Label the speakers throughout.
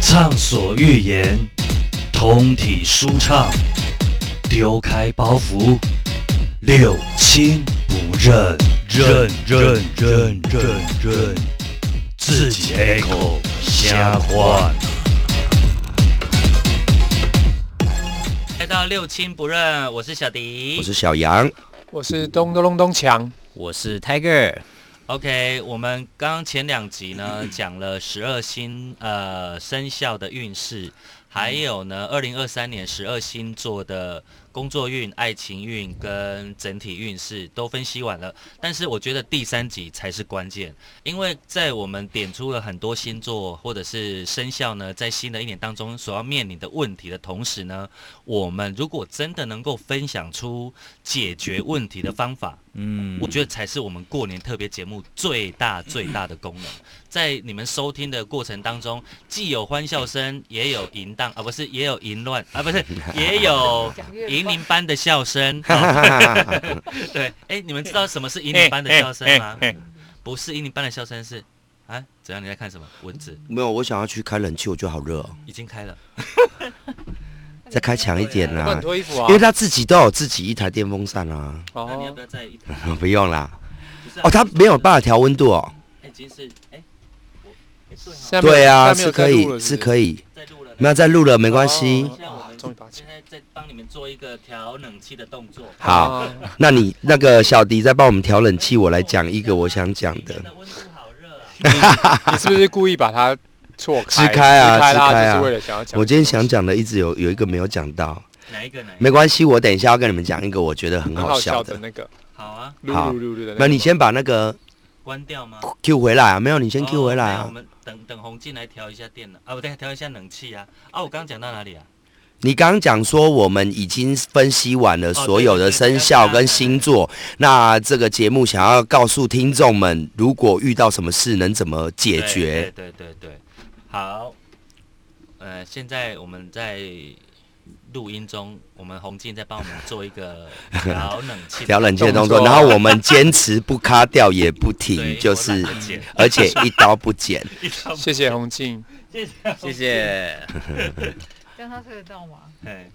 Speaker 1: 畅所欲言，通体舒畅，丢开包袱，六亲不认，认认认认认，自己 A 口瞎换。
Speaker 2: 来到六亲不认，我是小迪，
Speaker 3: 我是小杨，
Speaker 4: 我是咚咚咚咚锵，
Speaker 5: 我是 Tiger。
Speaker 2: OK，我们刚刚前两集呢讲了十二星呃生肖的运势，还有呢二零二三年十二星座的工作运、爱情运跟整体运势都分析完了。但是我觉得第三集才是关键，因为在我们点出了很多星座或者是生肖呢，在新的一年当中所要面临的问题的同时呢，我们如果真的能够分享出解决问题的方法，
Speaker 5: 嗯
Speaker 2: 我觉得才是我们过年特别节目最大最大的功能。在你们收听的过程当中，既有欢笑声，也有淫荡啊，不是，也有淫乱啊，不是，也有银铃般的笑声。 对，哎、你们知道什么是银铃般的笑声吗？不是银铃般的笑声，是啊，怎样？你在看什么？蚊子
Speaker 3: 没有，我想要去开冷气，我觉得好热哦，
Speaker 2: 已经开了。
Speaker 3: 再开强一点
Speaker 4: 不
Speaker 3: 啦
Speaker 4: 很， 脱衣服啊
Speaker 3: 因为？他自己都有自己一台电风扇啊，
Speaker 2: 那你要
Speaker 4: 哦
Speaker 2: 不，要再一台？
Speaker 3: 不用啦。
Speaker 2: 不是啊
Speaker 3: 哦，他没有办法调温度哦。
Speaker 2: 已经是哎、我哎对
Speaker 4: 现
Speaker 2: 哦，
Speaker 4: 在没有
Speaker 3: 对啊，
Speaker 4: 现在没
Speaker 3: 是
Speaker 4: 有
Speaker 3: 可
Speaker 4: 在录
Speaker 3: 以，
Speaker 4: 了
Speaker 3: 是
Speaker 4: 是
Speaker 3: 可
Speaker 4: 以，
Speaker 3: 以，
Speaker 2: 在录了。
Speaker 3: 没有再录了没关系
Speaker 4: 哦。
Speaker 2: 现在我们
Speaker 4: 终于把它
Speaker 2: 现在在帮你们做一个调冷气的动作。
Speaker 3: 好，
Speaker 4: 哦
Speaker 3: 那你那个小迪再帮我们调冷气，我来讲一个我想讲的
Speaker 2: 真。的温度好热啊！
Speaker 4: 你是不是故意把它错开？
Speaker 3: 支开啊
Speaker 4: 支开
Speaker 3: 支开啊
Speaker 4: 啦，就是为了想要讲。
Speaker 3: 我今天想，讲的一直有有一个没有讲到，
Speaker 2: 哪一个哪一个？
Speaker 3: 没关系，我等一下要跟你们讲一个我觉得很
Speaker 4: 很
Speaker 3: 好
Speaker 4: 好
Speaker 3: 笑
Speaker 4: 笑的
Speaker 3: 的。
Speaker 4: 那个，
Speaker 2: 好啊，
Speaker 4: 噜
Speaker 3: 好
Speaker 4: 噜噜噜的个。
Speaker 3: 那你先把那个
Speaker 2: 关掉吗？
Speaker 3: Q 回来啊，没有你先
Speaker 2: 哦
Speaker 3: Q 回来
Speaker 2: 没有我
Speaker 3: 啊。
Speaker 2: 们等等红进来调一下电脑啊，不对，调一下冷气啊。啊，我刚刚讲到哪里啊？
Speaker 3: 你刚刚讲说我们已经分析完了所有的生肖跟星座，那这个节目想要告诉听众们，如果遇到什么事能怎么解决？
Speaker 2: 对对对对对，好。呃，现在我们在录音中，我们红进在帮我们做一 个调冷气的
Speaker 3: 调冷气的动作，
Speaker 4: 动作
Speaker 3: 然后我们坚持不卡掉也
Speaker 2: 动
Speaker 3: 不
Speaker 2: 作，
Speaker 3: 停，
Speaker 2: 对
Speaker 3: 就是
Speaker 2: 我懒得剪
Speaker 3: 而且一刀不 剪。
Speaker 4: 谢谢洪静，
Speaker 2: 谢谢
Speaker 5: 谢谢。
Speaker 6: 这样他睡得到吗？
Speaker 2: 哎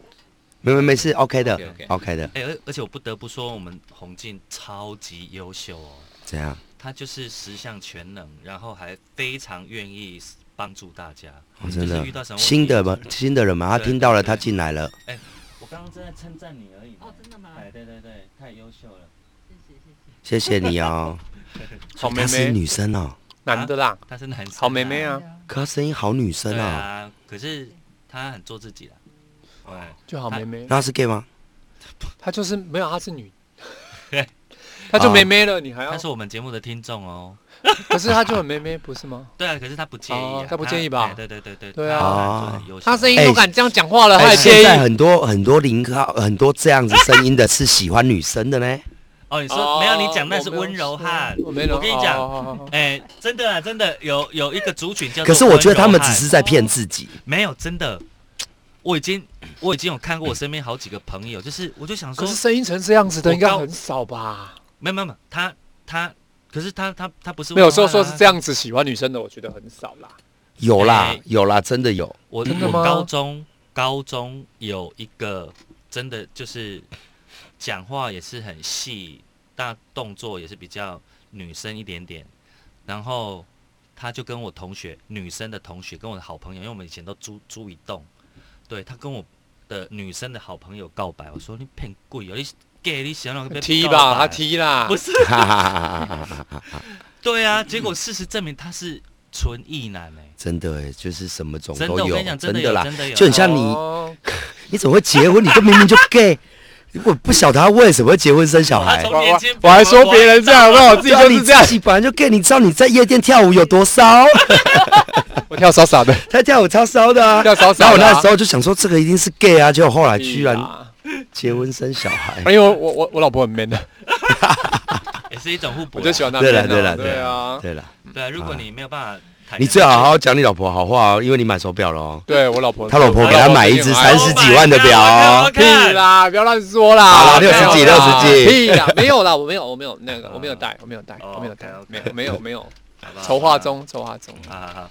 Speaker 3: 没没没事，OK 的
Speaker 5: OK，OK
Speaker 3: ，OK 的。
Speaker 2: 哎，而而且我不得不说，我们红进超级优秀哦。
Speaker 3: 怎样？
Speaker 2: 他就是十项全能，然后还非常愿意帮助大家。
Speaker 3: 哦真
Speaker 2: 就
Speaker 3: 的
Speaker 2: 是遇到什么问题
Speaker 3: 新的吗？新的人嘛，他
Speaker 2: 对
Speaker 3: 听到了，
Speaker 2: 对
Speaker 3: 他进来了。
Speaker 2: 我刚刚正在称赞你而已。
Speaker 6: 哦，真的吗？
Speaker 2: 哎，对对对，太优秀了。
Speaker 6: 谢谢谢谢。
Speaker 3: 谢谢你 哦，
Speaker 4: 好妹
Speaker 3: 她是
Speaker 4: 妹，
Speaker 3: 女生哦，
Speaker 4: 男的啦，
Speaker 2: 他是男生、
Speaker 4: 好妹妹啊，
Speaker 3: 可她声音好女生
Speaker 2: 对
Speaker 3: 哦。
Speaker 2: 啊，可是他很做自己啦。
Speaker 4: 哦
Speaker 2: 哎，
Speaker 4: 就好妹妹，
Speaker 3: 那她是 gay 吗？
Speaker 4: 她就是没有，她 是女，她就妹妹了，你还要
Speaker 3: 啊
Speaker 2: 他？是我们节目的听众哦。
Speaker 4: 可是她就很妹妹，不是 吗？
Speaker 2: 对啊，可是他不介意啊
Speaker 4: 哦，他不介意吧
Speaker 2: 哎对对对对，
Speaker 4: 对啊
Speaker 2: 他他很优秀
Speaker 4: 她声音都敢这样讲话了，她
Speaker 3: 哎，
Speaker 4: 还介
Speaker 3: 现
Speaker 4: 意？
Speaker 3: 在很多很多零号，很多这样子声音的是喜欢女生的呢。
Speaker 2: 哦，你说
Speaker 4: 哦
Speaker 2: 没有？你讲那是温柔汉。
Speaker 4: 我哦没有，
Speaker 2: 我跟你讲
Speaker 4: 哦，哦哦哦
Speaker 2: 哎，真的啊，真的有有一个族群叫做
Speaker 3: 可是我觉得他
Speaker 2: 温
Speaker 3: 们
Speaker 2: 柔
Speaker 3: 只
Speaker 2: 汉
Speaker 3: 是在骗自己。
Speaker 2: 没有，真的，我已经我已经有看过我身边好几个朋友，就是我就想说
Speaker 4: 可，是声音成这样子的
Speaker 2: 我
Speaker 4: 应该
Speaker 2: 高
Speaker 4: 很少吧？
Speaker 2: 没有没有没有，他他，可是他他他不是
Speaker 4: 没有说说是这
Speaker 2: 样，
Speaker 4: 样子喜欢女生的，我觉得很少啦。
Speaker 3: 有啦
Speaker 2: 哎，
Speaker 3: 有啦，真的有。
Speaker 2: 我
Speaker 4: 真的
Speaker 2: 我
Speaker 4: 吗
Speaker 2: 高中高中有一个真的就是讲话也是很细，大动作也是比较女生一点点，然后他就跟我同学女生的同学跟我的好朋友，因为我们以前都租租一栋，对他跟我的女生的好朋友告白，我说你骗鬼哦，你 gay 你想那个
Speaker 4: 踢吧，他踢啦，
Speaker 2: 不
Speaker 4: 是
Speaker 2: 是
Speaker 3: 哈哈哈哈哈哈
Speaker 2: 对啊，结果事实证明他是纯异男哎、
Speaker 3: 真的哎，就是什么种
Speaker 2: 真
Speaker 3: 都
Speaker 2: 的，我跟你
Speaker 3: 有，
Speaker 2: 讲，真的有，
Speaker 3: 的啦。
Speaker 2: 真的有，
Speaker 3: 就很像你，
Speaker 4: 哦
Speaker 3: 你怎么会结婚？你就明明就 gay，我不晓得他为什么会结婚生小孩
Speaker 2: 他。从
Speaker 4: 我
Speaker 2: 年轻
Speaker 4: 我我还说别人这 样，那我自己
Speaker 3: 知道
Speaker 4: 就
Speaker 3: 你
Speaker 4: 是
Speaker 3: 自
Speaker 4: 这样，
Speaker 3: 己本来就 gay，你知道你在夜店跳舞有多 骚？
Speaker 4: 我跳傻 傻的，
Speaker 3: 他跳舞超骚的啊！
Speaker 4: 跳
Speaker 3: 然后
Speaker 4: 骚骚
Speaker 3: 我
Speaker 4: 的
Speaker 3: 那
Speaker 4: 啊。嗯
Speaker 3: 时候就想说这个一定是 gay 啊，结果后来居然
Speaker 4: 屁啦
Speaker 3: 结婚生小孩
Speaker 4: 因。为哎我我我我老婆很 man 的，
Speaker 2: 也是一种互补
Speaker 4: 我
Speaker 2: 啦。
Speaker 4: 就喜欢那
Speaker 3: 对
Speaker 4: man
Speaker 3: 了
Speaker 4: 啊
Speaker 3: 对了
Speaker 4: 对啊，
Speaker 3: 对了，
Speaker 2: 对啊，如果你没有办法谈，
Speaker 3: 你最好好好讲你老婆好话哦，因为你买手表了哦。
Speaker 4: 对我老婆，
Speaker 3: 他老婆给他买一只
Speaker 4: 我老
Speaker 3: 三
Speaker 4: 婆
Speaker 3: 十几万的表哦。
Speaker 4: 啊屁啦，不要乱说啦，
Speaker 3: 好啦六十几
Speaker 4: 没有啦
Speaker 3: 六十几
Speaker 4: 屁 啦，没有啦，我没有我没有那个我没有带我没有带
Speaker 2: 哦
Speaker 4: 我没有带
Speaker 2: OK，OK
Speaker 4: 没有没有没有，
Speaker 2: 好不好
Speaker 4: 筹划，中筹划中，
Speaker 2: 好好好，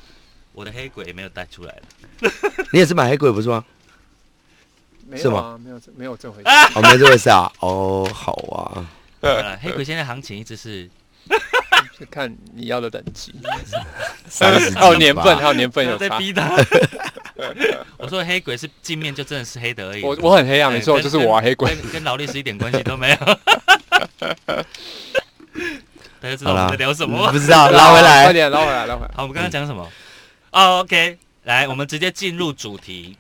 Speaker 2: 我的黑鬼也没有带出来了。
Speaker 3: 你也是买黑鬼不是吗？
Speaker 4: 没
Speaker 3: 是
Speaker 4: 有
Speaker 3: 吗
Speaker 4: 啊，没有这没有这回事。
Speaker 3: 哦，没这回事啊。哦，好啊。
Speaker 4: 呃
Speaker 2: 好啦黑鬼现在行情一直是
Speaker 4: 就看你要的等级，
Speaker 3: 30
Speaker 2: 哦
Speaker 4: 还有哦年
Speaker 3: 吧
Speaker 4: 份，还有年份有
Speaker 2: 在
Speaker 4: 差。
Speaker 2: 逼他。 我说的黑鬼是镜面就真的是黑的而已。
Speaker 4: 我我很黑啊，
Speaker 2: 哎
Speaker 4: 没错，
Speaker 2: 跟
Speaker 4: 就是我啊，黑 鬼。
Speaker 2: 跟跟跟劳力士一点关系都 没有。大家知道
Speaker 3: 好
Speaker 2: 我
Speaker 3: 啦
Speaker 2: 们在聊什么吗
Speaker 3: 不？知 道，拉回
Speaker 4: 快
Speaker 3: 来。
Speaker 4: 点拉回来，拉回来。
Speaker 2: 好，我们刚刚讲什么？哦、o k 来，我们直接进入主题，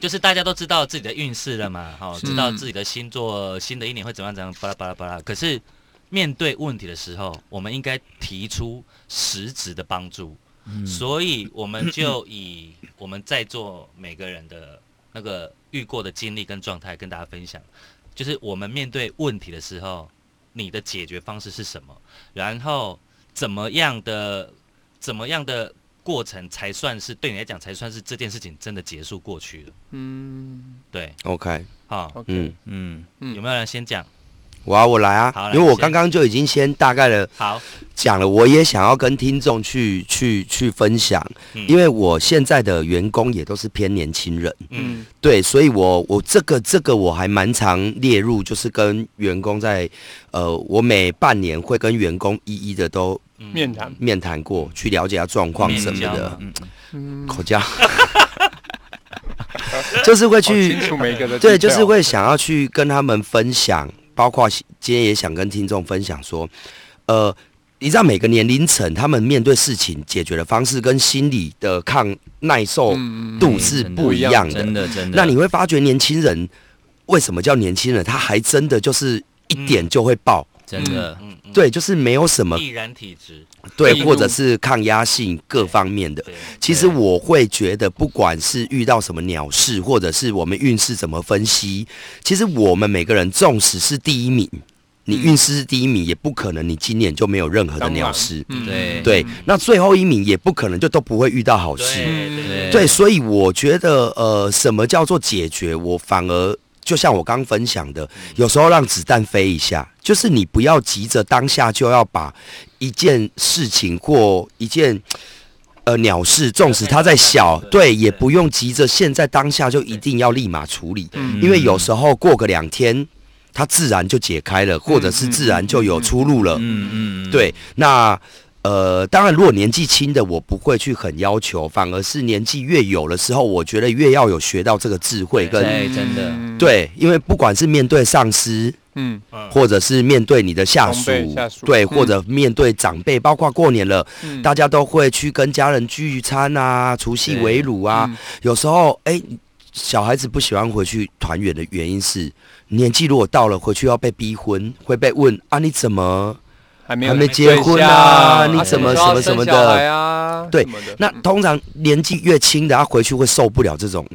Speaker 2: 就是大家都知道自己的运势了嘛，好、知道自己的星座，新的一年会怎么样怎么样，巴拉巴拉巴拉。可是面对问题的时候，我们应该提出实质的帮助，所以我们就以我们在座每个人的那个遇过的经历跟状态跟大家分享，就是我们面对问题的时候，你的解决方式是什么，然后怎么样的怎么样的过程才算是对你来讲才算是这件事情真的结束过去了？
Speaker 4: 嗯
Speaker 2: 对，
Speaker 3: OK，
Speaker 2: 好、
Speaker 4: ，OK，
Speaker 3: 嗯，
Speaker 1: 嗯，
Speaker 4: 嗯
Speaker 2: 有没有人先讲？
Speaker 3: 我啊，我来
Speaker 2: 好
Speaker 3: 啊，
Speaker 2: 来
Speaker 3: 因为我
Speaker 2: 先
Speaker 3: 刚刚就已经先大概的
Speaker 2: 好，
Speaker 3: 讲了，我也想要跟听众去去去分享，
Speaker 2: 嗯
Speaker 3: 因为我现在的员工也都是偏年轻人。
Speaker 2: 嗯
Speaker 4: 嗯
Speaker 3: 对，所以我我这个这个我还蛮常列入，就是跟员工在，呃，我每半年会跟员工一一的都
Speaker 2: 嗯
Speaker 4: 面谈
Speaker 3: 面谈过，去了解他状况什么
Speaker 2: 面交
Speaker 3: 的
Speaker 2: 嘛，
Speaker 1: 嗯，
Speaker 4: 嗯，
Speaker 3: 口交，就是会
Speaker 4: 好
Speaker 3: 去
Speaker 4: 清楚每一个的
Speaker 3: 对，
Speaker 4: detail
Speaker 3: 就是会想要去跟他们分享，包括今天也想跟听众分享说，呃，你知道每个年龄层他们面对事情解决的方式跟心理的抗耐受
Speaker 4: 嗯
Speaker 3: 度是不一样的。
Speaker 1: 真的真的。
Speaker 3: 那你会发觉年轻人为什么叫年轻人？他还真的就是一点就会爆，
Speaker 1: 真的
Speaker 2: 嗯嗯，
Speaker 3: 对，就是没有什么
Speaker 2: 易燃体质，
Speaker 3: 对，
Speaker 4: 易
Speaker 3: 或者
Speaker 4: 怒
Speaker 3: 是抗压性各方面的。
Speaker 2: 对，
Speaker 3: 其实我会觉得，不管是遇到什么鸟事，或者是我们运势怎么分析，其实我们每个人，纵使是第一名，你运势是第一名，也不可能你今年就没有任何的
Speaker 4: 当然
Speaker 3: 鸟事。
Speaker 4: 嗯
Speaker 1: 对
Speaker 3: 对，那最后一名也不可能就都不会遇到好
Speaker 2: 对
Speaker 3: 事。
Speaker 2: 对对
Speaker 3: 对，所以我觉得，呃，什么叫做解决？我反而就像我刚分享的，有时候让子弹飞一下，就是你不要急着当下就要把一件事情或一件。呃，鸟事，纵使它在小，对，也不用急着现在当下就一定要立马处理，
Speaker 4: 嗯
Speaker 3: 因为有时候过个两天，它自然就解开了，或者是自然就有出路了。
Speaker 1: 嗯嗯，
Speaker 3: 对，那呃，当然，如果年纪轻的，我不会去很要求，反而是年纪越有的时候，我觉得越要有学到这个智慧跟
Speaker 1: 对真的
Speaker 4: 嗯，
Speaker 3: 对，因为不管是面对上司，
Speaker 4: 嗯，
Speaker 2: 嗯
Speaker 3: 或者是面对你的下
Speaker 4: 同
Speaker 3: 属
Speaker 4: 辈下，属
Speaker 3: 对，
Speaker 4: 嗯
Speaker 3: 或者面对长辈，包括过年了，
Speaker 4: 嗯
Speaker 3: 大家都会去跟家人聚餐啊，除夕
Speaker 1: 对
Speaker 3: 围炉
Speaker 4: 嗯
Speaker 3: 啊，，有时候哎。小孩子不喜欢回去团圆的原因是，年纪如果到了回去要被逼婚，会被问啊你怎么
Speaker 4: 还没有
Speaker 3: 还没
Speaker 4: 对
Speaker 3: 结婚啊
Speaker 4: 象
Speaker 3: 你
Speaker 2: 怎么
Speaker 4: 啊
Speaker 3: 什么什
Speaker 4: 生
Speaker 3: 么
Speaker 4: 小
Speaker 3: 的
Speaker 4: 孩啊
Speaker 3: 对
Speaker 4: 什么的
Speaker 3: 那通常年纪越轻的，他回去会受不了这种，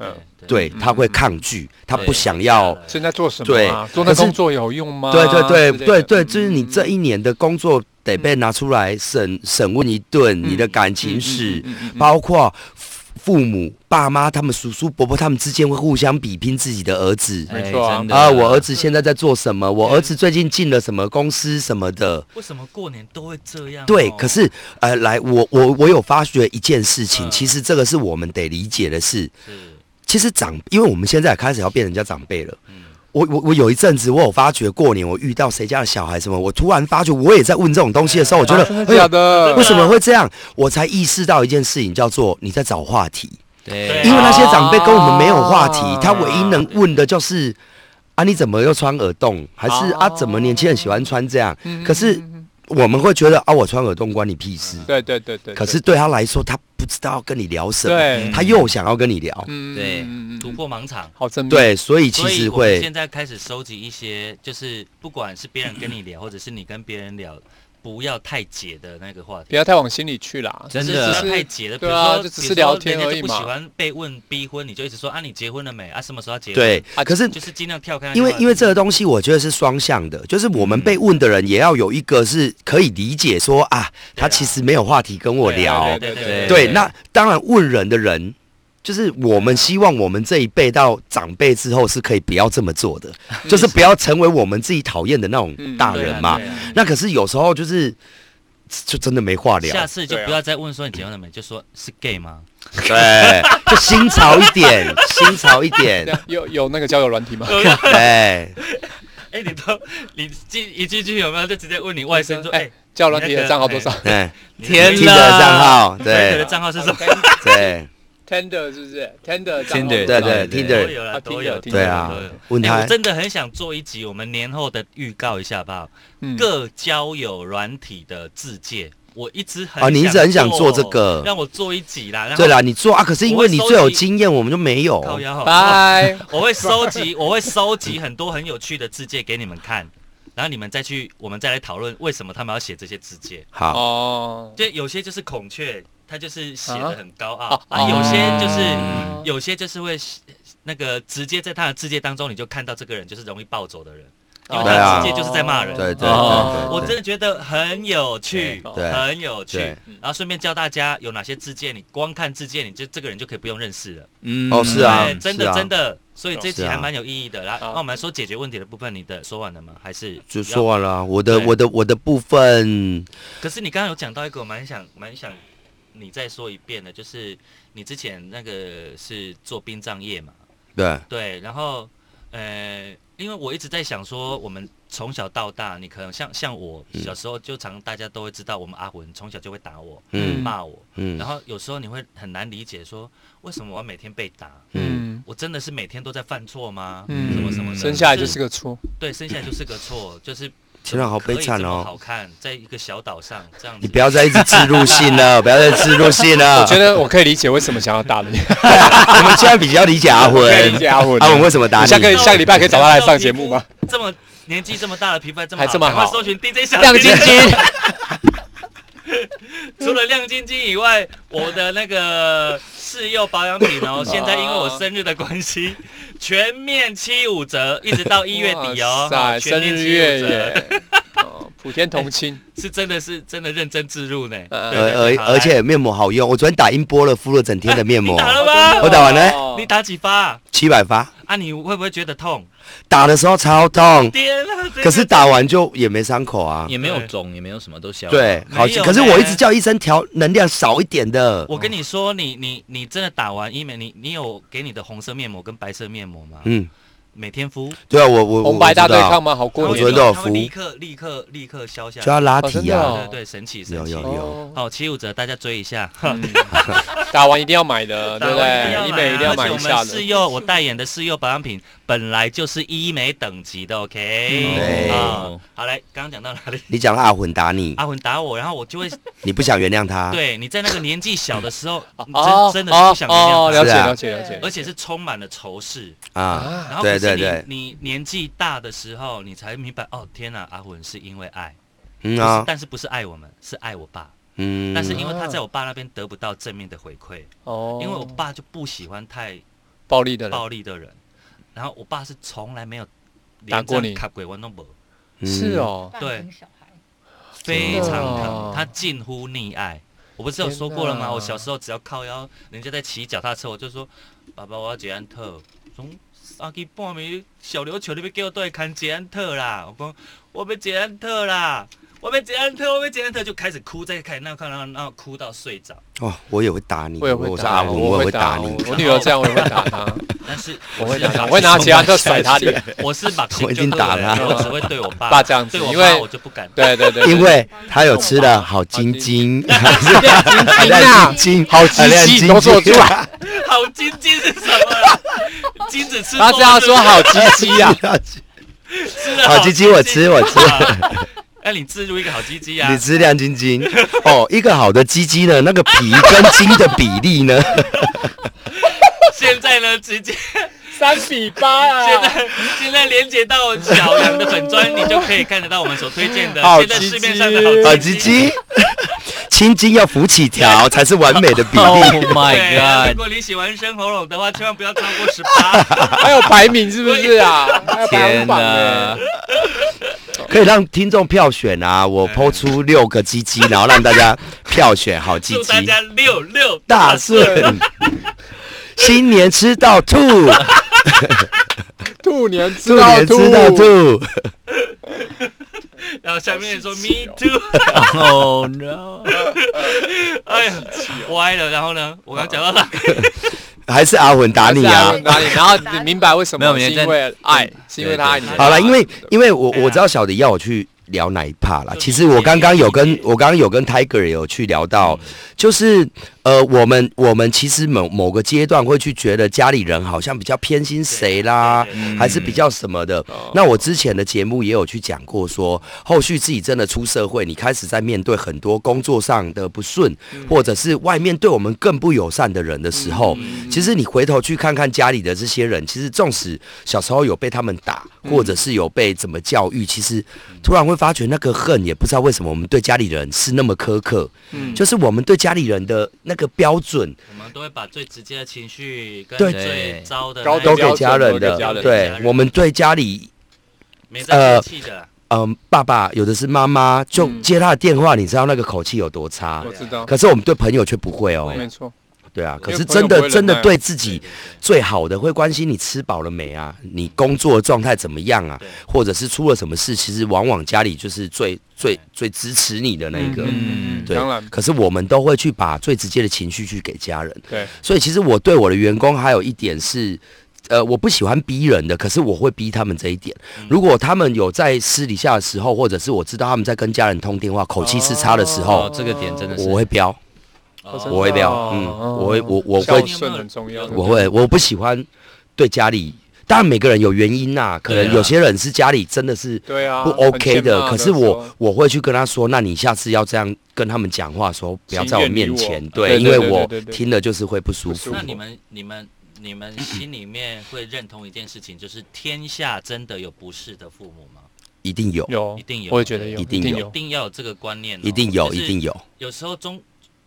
Speaker 4: 嗯，
Speaker 3: 对他会抗拒，他不想要。
Speaker 4: 现在做什么
Speaker 3: 对
Speaker 4: 啊？做那
Speaker 3: 可是
Speaker 4: 工作有用吗？
Speaker 3: 对对
Speaker 4: 之类
Speaker 3: 对
Speaker 4: 的
Speaker 3: 对对，就是
Speaker 4: 嗯
Speaker 3: 你这一年的工作得被拿出来审审问一顿，你的感情史，
Speaker 4: 嗯嗯嗯嗯嗯
Speaker 3: 包括父父母、爸妈、他们叔叔、伯伯，他们之间会互相比拼自己的儿子
Speaker 1: 哎
Speaker 4: 没错啊
Speaker 1: 真的
Speaker 3: 啊，我儿子现在在做什么？我儿子最近进了什么公司什么的？
Speaker 2: 为什么过年都会这样哦？
Speaker 3: 对，可是呃，来，我我我有发觉一件事情，
Speaker 2: 嗯
Speaker 3: 其实这个是我们得理解的是，
Speaker 2: 是
Speaker 3: 其实长，因为我们现在也开始要变人家长辈了。
Speaker 2: 嗯
Speaker 3: 我我我有一阵子，我有发觉过年我遇到谁家的小孩什么，我突然发觉我也在问这种东西的时候，我觉
Speaker 4: 啊
Speaker 3: 得，
Speaker 4: 真的
Speaker 3: 哎呦
Speaker 4: 假的？
Speaker 3: 为什么会这样？我才意识到一件事情，叫做你在找话题。
Speaker 1: 对，
Speaker 2: 啊
Speaker 3: 因为那些
Speaker 4: 哦
Speaker 3: 长辈跟我们没有话题，
Speaker 4: 啊
Speaker 3: 他唯一能问的就是啊，你怎么又穿耳洞？还是啊，
Speaker 4: 哦
Speaker 3: 怎么年轻人喜欢穿这样？
Speaker 4: 嗯
Speaker 3: 可是我们会觉得啊，我穿耳洞关你屁事。
Speaker 4: 对对对对，
Speaker 3: 可是对他来说，他不知道跟你聊什么，
Speaker 4: 对，
Speaker 3: 他又想要跟你聊。
Speaker 4: 嗯
Speaker 1: 对
Speaker 4: 嗯嗯嗯
Speaker 2: 突破盲场。
Speaker 4: 好正面，
Speaker 3: 对，所以其
Speaker 2: 所以
Speaker 3: 实
Speaker 2: 我们
Speaker 3: 会
Speaker 2: 现在开始收集一些，就是不管是别人跟你聊，或者是你跟别人聊，不要太解的那个话题
Speaker 4: 不。要太往心里去啦。
Speaker 1: 真
Speaker 2: 就是
Speaker 1: 的
Speaker 2: 不要太解了，比
Speaker 4: 对
Speaker 2: 如
Speaker 4: 啊
Speaker 2: 说
Speaker 4: 就只
Speaker 2: 比
Speaker 4: 是
Speaker 2: 如说
Speaker 4: 聊天
Speaker 2: 人家
Speaker 4: 而
Speaker 2: 就
Speaker 4: 已
Speaker 2: 不
Speaker 4: 嘛
Speaker 2: 喜欢被问逼婚，你就一直说啊你结婚了没啊什么时候要结婚？
Speaker 3: 对。
Speaker 4: 啊
Speaker 3: 可是
Speaker 2: 就是嗯尽量跳开那些
Speaker 3: 因
Speaker 2: 话题。
Speaker 3: 为因为这个东西，我觉得是双向的，就是我们被问的人也要有一个是可以理解说啊，他其实没有话题跟我
Speaker 2: 对啊
Speaker 3: 聊。
Speaker 2: 对对
Speaker 1: 对
Speaker 3: 对，那当然问人的人，就是我们希望我们这一辈到长辈之后是可以不要这么做的，
Speaker 2: 嗯
Speaker 3: 就是不要成为我们自己讨厌的那种大人嘛。
Speaker 2: 对啊对啊
Speaker 3: 那可是有时候就是就真的没话聊。
Speaker 2: 下次就
Speaker 7: 对啊
Speaker 2: 不要再问说你结婚了没，就说是 gay 吗？
Speaker 3: 对，就新潮一点，新潮一 点。
Speaker 4: 啊有有那个交友软体吗？
Speaker 2: 啊
Speaker 3: 对，
Speaker 2: 哎、你都你进一进去有没有就直接问你外甥说，哎、
Speaker 4: 交友软体的账号 多少
Speaker 3: 嗯，
Speaker 2: 你哎
Speaker 7: 天
Speaker 3: 记
Speaker 7: 哪
Speaker 3: 得账号，
Speaker 2: Tinder 的
Speaker 3: 对
Speaker 2: 哎账号是 什么？
Speaker 3: 对
Speaker 4: ？Tender 是不是？Tender 账号
Speaker 7: Tinder，
Speaker 3: 对
Speaker 7: 对对
Speaker 3: 对
Speaker 2: 都
Speaker 3: ，Tinder，
Speaker 2: 有
Speaker 4: 啊
Speaker 2: 了，都
Speaker 4: 听
Speaker 2: 有都有
Speaker 4: 着，听着
Speaker 3: 对啊
Speaker 2: 都有
Speaker 3: 问
Speaker 2: 哎
Speaker 3: 他
Speaker 2: 我真的很想做一集我们年后的预告一下吧，
Speaker 4: 嗯
Speaker 2: 各交友软体的自介。我一直很
Speaker 3: 哦你一直很想做这个
Speaker 2: 让我做一集啦。然后
Speaker 3: 对啦，你做啊，可是因为你最有经验，我们就没有。
Speaker 2: 靠腰好，
Speaker 4: 拜。
Speaker 2: 我会收集， 我会收集很多很有趣的字界给你们看，然后你们再去，我们再来讨论为什么他们要写这些字界。
Speaker 3: 好，
Speaker 4: 哦，
Speaker 2: 就有些就是孔雀，它就是写的很高傲
Speaker 4: 啊
Speaker 2: 啊有些就是
Speaker 4: 哦
Speaker 2: 有些就是会那个直接在他的字界当中，你就看到这个人就是容易暴走的人，因为
Speaker 3: 对
Speaker 2: 他
Speaker 3: 啊
Speaker 2: 直接就是在骂人。哦
Speaker 3: 对对对
Speaker 4: 哦
Speaker 2: 我真的觉得很有趣，
Speaker 3: 对
Speaker 2: 很有趣
Speaker 3: 对。
Speaker 2: 然后顺便教大家有哪些字界，你光看字界，你就这个人就可以不用认识了。
Speaker 7: 嗯
Speaker 3: 哦是啊
Speaker 2: 对，真的
Speaker 3: 是啊
Speaker 2: 真的，所以这集
Speaker 3: 是啊
Speaker 2: 还蛮有意义的。来，
Speaker 4: 好
Speaker 2: 那我们来说解决问题的部分，你的说完了吗？还是
Speaker 3: 就说？完了啊。我的
Speaker 2: 对
Speaker 3: 我的我的部分，
Speaker 2: 可是你刚刚有讲到一个，我蛮想蛮想你再说一遍的，就是你之前那个是做殡葬业嘛？
Speaker 3: 对
Speaker 2: 对，然后呃，因为我一直在想说，我们从小到大，你可能像像我
Speaker 3: 嗯
Speaker 2: 小时候就常大家都会知道，我们阿魂从小就会打我，
Speaker 3: 嗯
Speaker 2: 骂我，然
Speaker 3: 嗯
Speaker 2: 后有时候你会很难理解说，为什么我要每天被打？
Speaker 3: 嗯，
Speaker 4: 嗯
Speaker 2: 我真的是每天都在犯错吗？
Speaker 4: 嗯
Speaker 2: 什么什么的，
Speaker 4: 生下来就是个错，
Speaker 3: 嗯
Speaker 2: 对，生下来就是个错，就是
Speaker 3: 天啊，好悲
Speaker 2: 可
Speaker 3: 惨
Speaker 2: 以这么好
Speaker 3: 哦！
Speaker 2: 看，在一个小岛上这样子，
Speaker 3: 你不要再一直植入性了，不要再植入性了
Speaker 4: 我。觉得我可以理解为什么想要打你，
Speaker 3: 我们现在比较理解阿
Speaker 4: 可以
Speaker 3: 魂
Speaker 4: 理，解阿文
Speaker 3: 阿魂为什么打
Speaker 4: 你
Speaker 3: 你？
Speaker 4: 下个下个礼拜可以找他来上节目吗？
Speaker 2: 这么年纪这么大的皮肤还这么
Speaker 4: 还这么
Speaker 2: 赶快
Speaker 4: 好
Speaker 2: 搜寻 DJ 小
Speaker 4: 亮晶
Speaker 2: 姐
Speaker 4: 晶，
Speaker 2: 除了亮晶晶以外，我的那个试用保养品 哦，现在因为我生日的关系，全面七五折，一直到一月底哦，
Speaker 4: 哇塞
Speaker 2: 全
Speaker 4: 生
Speaker 2: 面
Speaker 4: 日
Speaker 2: 七
Speaker 4: 月
Speaker 2: 五折，
Speaker 4: 耶， 哦普天 同庆，
Speaker 2: 是真的是真的认真置入呢，
Speaker 4: 呃
Speaker 2: 对对
Speaker 3: 而
Speaker 2: 对
Speaker 3: 而
Speaker 2: 好来哎
Speaker 3: 而且面膜好用，我昨天打印波了，敷了整天的面膜
Speaker 2: 你，打了吗？
Speaker 3: 我打完了
Speaker 4: 哦
Speaker 2: 你打几发啊
Speaker 3: 七百发，
Speaker 2: 啊？你会不会觉得 痛？
Speaker 3: 打的时候超痛，
Speaker 2: 天啊！真的
Speaker 3: 可是打完就也没伤口啊。
Speaker 7: 也没有肿，也没有什么都消了。
Speaker 3: 对，好，
Speaker 2: 没有
Speaker 3: 可是我一直
Speaker 2: 呢
Speaker 3: 叫医生调能量少一点的。
Speaker 2: 我跟你说，你你你真的打完医美，你你有给你的红色面膜跟白色面膜吗？
Speaker 3: 嗯，
Speaker 2: 每天敷，
Speaker 3: 对啊，我我
Speaker 4: 红白大对抗
Speaker 3: 嘛，
Speaker 4: 吗？好过
Speaker 3: 我
Speaker 4: 瘾
Speaker 3: 觉得有
Speaker 2: 它会
Speaker 3: 敷
Speaker 2: 立刻立刻立刻消下
Speaker 3: 就
Speaker 2: 来。
Speaker 3: 要拉
Speaker 4: 哦真
Speaker 3: 提
Speaker 4: 的
Speaker 3: 啊。
Speaker 4: 哦
Speaker 2: 对对，神奇神
Speaker 3: 有
Speaker 2: 奇。
Speaker 3: 有有，
Speaker 4: 哦嗯
Speaker 2: 好，七五折，大家追一下，
Speaker 4: 打完一定要买的，对不
Speaker 2: 打
Speaker 4: 对？医
Speaker 2: 完
Speaker 4: 美一定要买
Speaker 2: 而
Speaker 4: 一
Speaker 2: 且我
Speaker 4: 下
Speaker 2: 们试
Speaker 4: 的。
Speaker 2: 啊用我代言的试用保养品本来就是医美等级的，OK？
Speaker 3: 对
Speaker 4: 哦
Speaker 2: 啊，好来，刚刚讲到哪里？
Speaker 3: 你讲阿混打你，
Speaker 4: 啊
Speaker 2: 阿魂打我，然后我就会，
Speaker 3: 你不想原谅他，
Speaker 2: 对你在那个年纪小的时候，你
Speaker 4: 哦
Speaker 2: 真真的是不想原
Speaker 4: 哦，
Speaker 2: 谅
Speaker 4: 了解
Speaker 3: 是啊
Speaker 4: 了解了
Speaker 2: 他，
Speaker 4: 解
Speaker 2: 而。且是充满了仇视。
Speaker 3: 啊，
Speaker 4: 啊，
Speaker 2: 然后可是
Speaker 3: 对
Speaker 2: 你
Speaker 3: 对对
Speaker 2: 你年纪大的时候，你才明白哦，天哪，阿文是因为爱，
Speaker 3: 嗯
Speaker 2: 不是
Speaker 3: 啊，
Speaker 2: 但是不是爱我们，是爱我爸，
Speaker 3: 嗯，
Speaker 2: 但是因为他在我爸那边得不到正面的回馈，
Speaker 4: 哦，
Speaker 2: 因为我爸就不喜欢太
Speaker 4: 暴力的人，
Speaker 2: 暴力的人，然后我爸是从来没有
Speaker 4: 打过你
Speaker 2: 卡鬼我都没有
Speaker 3: 嗯
Speaker 4: 是，哦，
Speaker 6: 霸
Speaker 2: 对
Speaker 6: 凌小孩，
Speaker 2: 非常
Speaker 4: 真的
Speaker 2: 疼
Speaker 4: 哦，
Speaker 2: 他近乎溺爱。我不是有说过了
Speaker 4: 天
Speaker 2: 吗？
Speaker 4: 哪
Speaker 2: 我小时候只要靠腰，人家在骑脚踏车，我就说：“爸爸，我要捷安特。”从阿基半暝小琉球那边给我对看捷安特啦，我讲我被捷安特啦，我被捷安特，我被捷安特，就开始哭，再开始闹，看然后然后哭到睡着。
Speaker 3: 哦，我也会打你，
Speaker 4: 我也会
Speaker 3: 我是
Speaker 4: 打，
Speaker 3: 阿混，
Speaker 4: 我
Speaker 3: 也
Speaker 4: 也会
Speaker 3: 会打
Speaker 4: 打
Speaker 3: 你
Speaker 4: 我，我女儿这样，我也会打她，
Speaker 2: 但是
Speaker 4: 我会
Speaker 2: 是
Speaker 4: 打她，我会拿其他特甩她脸。
Speaker 2: 我是把
Speaker 3: 我已经打他
Speaker 2: 我只会对我爸
Speaker 4: 爸这 样子
Speaker 2: 对我
Speaker 4: 因为
Speaker 2: 爸我就不敢。
Speaker 4: 对对对，
Speaker 3: 因为他有吃了好晶晶，好
Speaker 4: 亮
Speaker 3: 晶晶，
Speaker 4: 啊好
Speaker 3: 好亮晶
Speaker 4: 鸡鸡
Speaker 3: 晶
Speaker 4: 都做出来，
Speaker 2: 好金金是什么啦？金子吃多
Speaker 4: 她
Speaker 2: 了
Speaker 4: 这样说好鸡鸡啊，
Speaker 2: 吃了
Speaker 3: 好鸡鸡我吃我吃。
Speaker 2: 啊 那你置入一个好鸡鸡啊
Speaker 3: 你！吃亮晶晶哦，一个好的鸡鸡呢，那个皮跟筋的比例呢，
Speaker 2: 现在呢，直 接
Speaker 4: 三比八
Speaker 2: 现
Speaker 4: 啊，
Speaker 2: 在现在连接到小杨的粉砖，你就可以看得到我们所推荐的
Speaker 4: 好
Speaker 2: 现在市面上的好
Speaker 3: 好
Speaker 2: 鸡
Speaker 3: 啊鸡。鸡， 青筋要浮起条才是完美的比
Speaker 7: Oh
Speaker 3: 例。
Speaker 2: 对啊，如
Speaker 7: my god！
Speaker 2: 果你喜欢生喉咙的话，千万不要超过十八。
Speaker 4: 还有排名是不是啊？还有排行
Speaker 7: 天
Speaker 4: 榜欸
Speaker 7: 哪
Speaker 4: 呢，！
Speaker 3: 可以让听众票选啊，我抛出六个鸡鸡，然后让大家票选好鸡
Speaker 2: 祝大
Speaker 3: 鸡，
Speaker 2: 家六六
Speaker 3: 大顺， 新年吃到吐，
Speaker 4: 兔年知
Speaker 3: 兔
Speaker 4: 道
Speaker 3: 年吃到
Speaker 4: 兔，
Speaker 3: 吐，
Speaker 2: 然后下面说 me too，
Speaker 1: Oh no！
Speaker 2: 哎呀，歪了。然后呢，我刚讲到哪？
Speaker 3: 还是阿文打你啊？
Speaker 4: 打你，然后你明白为什
Speaker 1: 没有
Speaker 4: 么？
Speaker 1: 没有
Speaker 4: 是因为爱，是因为他爱你。
Speaker 1: 对对
Speaker 3: 好了，因为因为我
Speaker 2: 对啊
Speaker 3: 我知道小迪要我去聊哪一趴啦。
Speaker 2: 就
Speaker 3: 其实我刚刚有跟
Speaker 2: 你
Speaker 3: 我刚刚有跟 Tiger 也有去聊到，
Speaker 2: 嗯
Speaker 3: 就是呃，我们我们其实某某个阶段会去觉得家里人好像比较偏心谁啦嗯
Speaker 2: 对，对对
Speaker 3: 还是比较什么的。
Speaker 4: 嗯哦
Speaker 3: 那我之前的节目也有去讲过说后续自己真的出社会，你开始在面对很多工作上的不顺，
Speaker 4: 嗯
Speaker 3: 或者是外面对我们更不友善的人的时候，
Speaker 4: 嗯
Speaker 3: 其实你回头去看看家里的这些人，其实纵使小时候有被他们打，
Speaker 4: 嗯
Speaker 3: 或者是有被怎么教育，其实突然会发觉那个恨，也不知道为什么我们对家里人是那么苛刻，
Speaker 4: 嗯
Speaker 3: 就是我们对家里人的那个标准
Speaker 2: 我们都会把最直接的情绪跟
Speaker 3: 对
Speaker 2: 最糟的
Speaker 4: 高
Speaker 3: 都
Speaker 4: 标
Speaker 3: 给
Speaker 4: 准
Speaker 3: 家人
Speaker 4: 都给家
Speaker 3: 的，对
Speaker 4: 人
Speaker 2: 家人
Speaker 3: 我们对家里
Speaker 2: 没在气的啦。
Speaker 3: 嗯，爸爸有的是妈妈，就
Speaker 4: 嗯
Speaker 3: 接他的电话，你知道那个口气有多差
Speaker 4: 我。知道，
Speaker 3: 可是我们对朋友却不会哦，
Speaker 4: 没错，
Speaker 3: 对啊。
Speaker 4: 因为
Speaker 3: 可是真
Speaker 4: 朋友不
Speaker 3: 的
Speaker 4: 会忍耐
Speaker 3: 真的对自
Speaker 2: 对
Speaker 3: 己
Speaker 2: 对
Speaker 3: 最好的会关心你吃饱了没啊，你工作状态怎么样啊
Speaker 2: 对，
Speaker 3: 或者是出了什么事，其实往往家里就是最最最支持你的那一个。
Speaker 4: 嗯，
Speaker 3: 对
Speaker 4: 当然，
Speaker 3: 可是我们都会去把最直接的情绪去给家人，
Speaker 4: 对，
Speaker 3: 所以其实我对我的员工还有一点是，呃，我不喜欢逼人的，可是我会逼他们这一点。
Speaker 4: 嗯
Speaker 3: 如果他们有在私底下的时候，或者是我知道他们在跟家人通电话，口气是差的时候，
Speaker 1: 哦，这个点真的是
Speaker 3: 我会飙，
Speaker 2: 哦
Speaker 4: 真的
Speaker 3: 我会飙，
Speaker 4: 哦
Speaker 3: 嗯，
Speaker 4: 哦
Speaker 3: 我会，我我
Speaker 4: 孝
Speaker 3: 会，
Speaker 4: 顺很重要，
Speaker 3: 我会，我不喜欢对家里。当然每个人有原因呐、可
Speaker 1: 对
Speaker 3: 能
Speaker 1: 啊
Speaker 3: 有些人是家里真的是
Speaker 4: 对啊，
Speaker 3: 不
Speaker 4: 很
Speaker 3: OK
Speaker 4: 欠骂
Speaker 3: 的，
Speaker 4: 的，
Speaker 3: 可是我我会去跟他说，那你下次要这样跟他们讲话的时候，不要在我面
Speaker 4: 请远
Speaker 3: 前
Speaker 4: 离，我
Speaker 3: 对，
Speaker 4: 对
Speaker 3: 因为
Speaker 4: 对对
Speaker 3: 我
Speaker 4: 对对对
Speaker 3: 听了就是会不舒
Speaker 4: 不舒
Speaker 3: 服
Speaker 4: 服。
Speaker 2: 那你们、你们、你们心里面会认同一件事情，就是天下真的有不是的父母吗？
Speaker 3: 一定有，
Speaker 4: 有
Speaker 2: 一，定有，
Speaker 4: 我也觉得有，
Speaker 3: 一定有
Speaker 2: 一定要有这个观念哦、
Speaker 3: 一定有，
Speaker 2: 就是
Speaker 3: 一定有，
Speaker 2: 有时候中，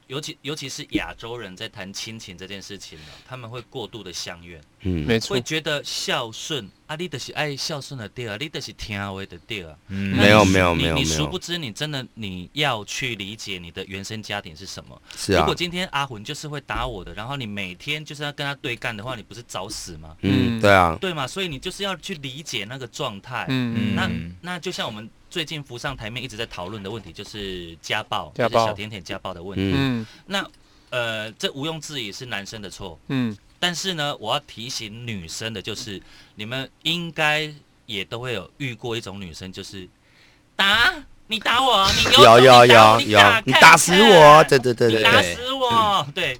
Speaker 2: 尤其尤其是亚洲人在谈亲情这件事情呢，他们会过度的相怨，
Speaker 3: 嗯，
Speaker 4: 没错
Speaker 2: 会，觉得孝顺，啊，你的是爱孝顺的对啊，你的是听话的对啊。
Speaker 1: 嗯
Speaker 3: 没有
Speaker 2: 那你
Speaker 3: 没有
Speaker 2: 你
Speaker 3: 没有
Speaker 2: 你
Speaker 3: 没有
Speaker 2: 殊不知你真的你要去理解你的原生家庭是什么。
Speaker 3: 是
Speaker 2: 如
Speaker 3: 啊
Speaker 2: 果，今天阿混就是会打我的，然后你每天就是要跟他对干的话，你不是找死吗？
Speaker 3: 嗯，
Speaker 4: 嗯
Speaker 3: 对啊，
Speaker 2: 对嘛，所以你就是要去理解那个状态。
Speaker 4: 嗯
Speaker 2: 那
Speaker 1: 嗯
Speaker 2: 那就像我们最近浮上台面一直在讨论的问题，就是家暴，
Speaker 4: 家
Speaker 2: 就是
Speaker 4: 暴
Speaker 2: 小甜甜家暴的问题。
Speaker 3: 嗯，
Speaker 4: 嗯
Speaker 2: 那呃，这毋庸置疑是男生的错，
Speaker 4: 嗯，
Speaker 2: 但是呢，我要提醒女生的就是，你们应该也都会有遇过一种女生，就是打你打我，你给我
Speaker 3: 有有
Speaker 2: 你打我
Speaker 3: 有
Speaker 2: 你
Speaker 3: 有
Speaker 2: 打，
Speaker 3: 你
Speaker 2: 看
Speaker 3: 打死
Speaker 2: 看啊
Speaker 3: 我，对对对
Speaker 2: 你
Speaker 3: 对
Speaker 2: 打
Speaker 3: 对，
Speaker 2: 死
Speaker 1: 嗯
Speaker 2: 我，对，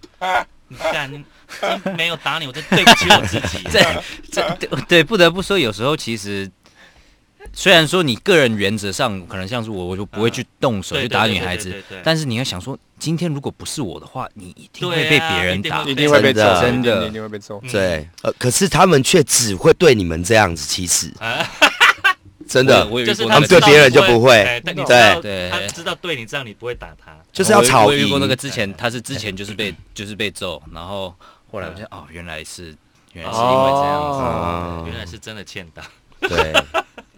Speaker 2: 你干，你真没有打你，我真对不起我自 己。
Speaker 1: 这这对对，不得不说，有时候其实虽然说你个人原则上可能像是我，我就不会去动手
Speaker 2: 对
Speaker 1: 去
Speaker 2: 对
Speaker 1: 打
Speaker 2: 对
Speaker 1: 女
Speaker 2: 对
Speaker 1: 孩
Speaker 2: 对
Speaker 1: 子
Speaker 2: 对对，
Speaker 1: 但是你要想说，今天如果不是我的话，你一定会
Speaker 2: 对
Speaker 1: 被
Speaker 2: 啊
Speaker 1: 别人
Speaker 2: 一定
Speaker 1: 打
Speaker 2: 会。
Speaker 4: 一定会被揍
Speaker 3: 真的，
Speaker 1: 真的
Speaker 4: 一定会被揍，
Speaker 2: 嗯
Speaker 3: 对，呃，可是他们却只会对你们这样子，其实
Speaker 2: 啊，
Speaker 3: 真
Speaker 1: 我
Speaker 3: 的
Speaker 1: 我有遇
Speaker 2: 就是
Speaker 1: 过
Speaker 2: 他
Speaker 1: 那
Speaker 3: 们
Speaker 1: 个
Speaker 3: 对
Speaker 2: 知道
Speaker 3: 别人就不
Speaker 2: 不
Speaker 3: 会
Speaker 2: 哎但你知
Speaker 3: 对
Speaker 2: 道
Speaker 1: 对
Speaker 2: 他知道对你这样，你不会打他。
Speaker 3: 就是要吵
Speaker 1: 我有遇过那
Speaker 3: 赢
Speaker 1: 个，之前，他是之前就是被 就是被揍，然后后来我发现哦，原来是原来是因为这样
Speaker 4: 哦
Speaker 1: 子。嗯
Speaker 3: 啊
Speaker 2: 哦原来是真的欠打，
Speaker 3: 对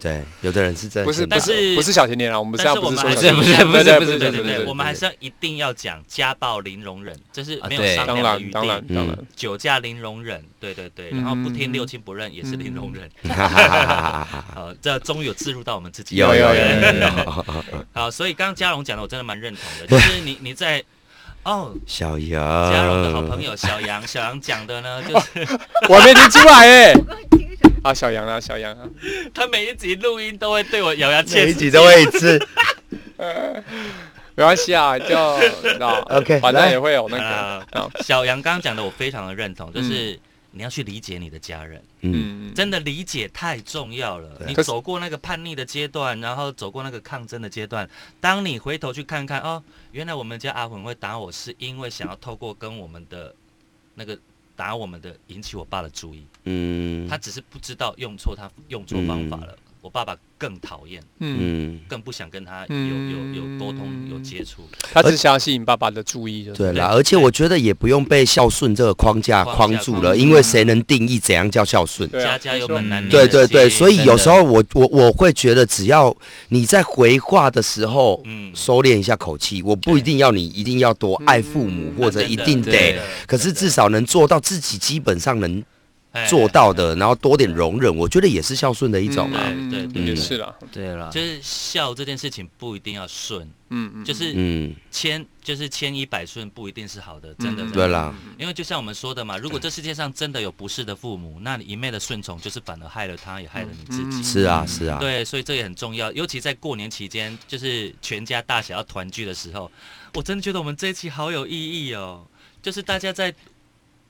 Speaker 3: 对，有的人是真的
Speaker 4: 不是，
Speaker 3: 真的
Speaker 4: 不
Speaker 2: 但是
Speaker 4: 不是小甜甜啊，我们
Speaker 2: 但
Speaker 4: 是要
Speaker 2: 我
Speaker 4: 不
Speaker 2: 们
Speaker 4: 说
Speaker 2: 还
Speaker 4: 小
Speaker 2: 是
Speaker 4: 甜
Speaker 1: 不
Speaker 4: 甜
Speaker 1: 是不是
Speaker 4: 对
Speaker 1: 不是
Speaker 4: 对
Speaker 2: 对
Speaker 1: 不是
Speaker 4: 对
Speaker 2: 对，
Speaker 4: 对，
Speaker 2: 我们还是要一定要讲家暴零容忍，这是没有
Speaker 1: 啊对
Speaker 2: 商
Speaker 4: 当
Speaker 2: 量的
Speaker 4: 然
Speaker 2: 余
Speaker 4: 当然
Speaker 2: 地。
Speaker 4: 当
Speaker 3: 嗯
Speaker 4: 然，
Speaker 2: 酒驾零容忍，对对
Speaker 1: 嗯
Speaker 2: 对，然后不听六亲不认也是零容忍。
Speaker 3: 哈哈哈哈哈哈
Speaker 2: 好，这终于有置入到我们自己。
Speaker 3: 有有有
Speaker 4: 有
Speaker 3: 有有，
Speaker 2: 好，所以刚刚嘉荣讲的我真的蛮认同的，就是你你在哦，
Speaker 3: 小
Speaker 2: 嘉荣的好
Speaker 3: 杨
Speaker 2: 朋，友小杨，小杨讲的呢， 就是
Speaker 4: 我还没听出来哎，
Speaker 6: 我刚听什么？
Speaker 4: 啊，小杨啊，小杨啊，
Speaker 2: 他每一集录音都会对我咬牙切
Speaker 3: 每一
Speaker 2: 齿。
Speaker 3: 集都会一次。
Speaker 4: 没关系啊，就那
Speaker 3: OK，
Speaker 4: 反正也会有那个，
Speaker 2: 啊
Speaker 4: 好
Speaker 2: 小杨刚刚讲的我非常的认同，就是你要去理解你的家人，
Speaker 3: 嗯，
Speaker 4: 嗯，
Speaker 2: 真的理解太重要了。你
Speaker 4: 可是
Speaker 2: 走过那个叛逆的阶段，然后走过那个抗争的阶段，当你回头去看看，哦，原来我们家阿混会打我，是因为想要透过跟我们的那个打我们的引起我爸的注意，
Speaker 3: 嗯，
Speaker 2: 他只是不知道用错他用错方法了。我爸爸更讨厌，
Speaker 4: 嗯，
Speaker 3: 嗯，
Speaker 2: 更不想跟他有有
Speaker 4: 嗯
Speaker 2: 有沟通、有接触。
Speaker 4: 他只想要吸引爸爸的注意，就是
Speaker 3: 对啦，
Speaker 2: 对
Speaker 3: 而且我觉得也不用被孝顺这个框架
Speaker 2: 框
Speaker 3: 框
Speaker 2: 架
Speaker 3: 住
Speaker 2: 框
Speaker 3: 了，
Speaker 2: 住
Speaker 3: 因为谁能定义怎样叫孝顺？
Speaker 4: 对
Speaker 2: 家
Speaker 4: 啊
Speaker 2: 家有
Speaker 4: 没错
Speaker 2: 本难念
Speaker 3: 对
Speaker 2: 的
Speaker 3: 对对，
Speaker 2: 经
Speaker 3: 所以有时
Speaker 2: 真的
Speaker 3: 候我我我会觉得，只要你在回话的时候
Speaker 2: 嗯
Speaker 3: 收敛一下口气，我不一定要你一定要多爱父母
Speaker 4: 嗯
Speaker 3: 或者
Speaker 2: 啊真
Speaker 3: 一
Speaker 2: 的
Speaker 3: 定
Speaker 2: 真
Speaker 3: 得
Speaker 2: 的，
Speaker 3: 可是
Speaker 2: 真的
Speaker 3: 至少能做到自己基本上能
Speaker 2: 哎
Speaker 3: 做到的，然后多点容忍，我觉得也是孝顺的一种啊。
Speaker 4: 嗯
Speaker 2: 对对
Speaker 3: 对
Speaker 4: 也
Speaker 3: 对
Speaker 4: 是啦，
Speaker 1: 对啦，
Speaker 2: 哎就是孝这件事情不一定要顺，
Speaker 4: 嗯嗯，
Speaker 2: 就是
Speaker 3: 嗯，
Speaker 2: 千就是千依百顺不一定是好的，真的。
Speaker 4: 嗯
Speaker 2: 真的
Speaker 3: 对啦，
Speaker 2: 因为就像我们说的嘛，如果这世界上真的有不是的父母，那你一昧的顺从，就是反而害了他，也害了你自己。
Speaker 4: 嗯
Speaker 3: 是啊，是啊，
Speaker 2: 对，所以这也很重要，尤其在过年期间，就是全家大小要团聚的时候，我真的觉得我们这一期好有意义哦。就是大家在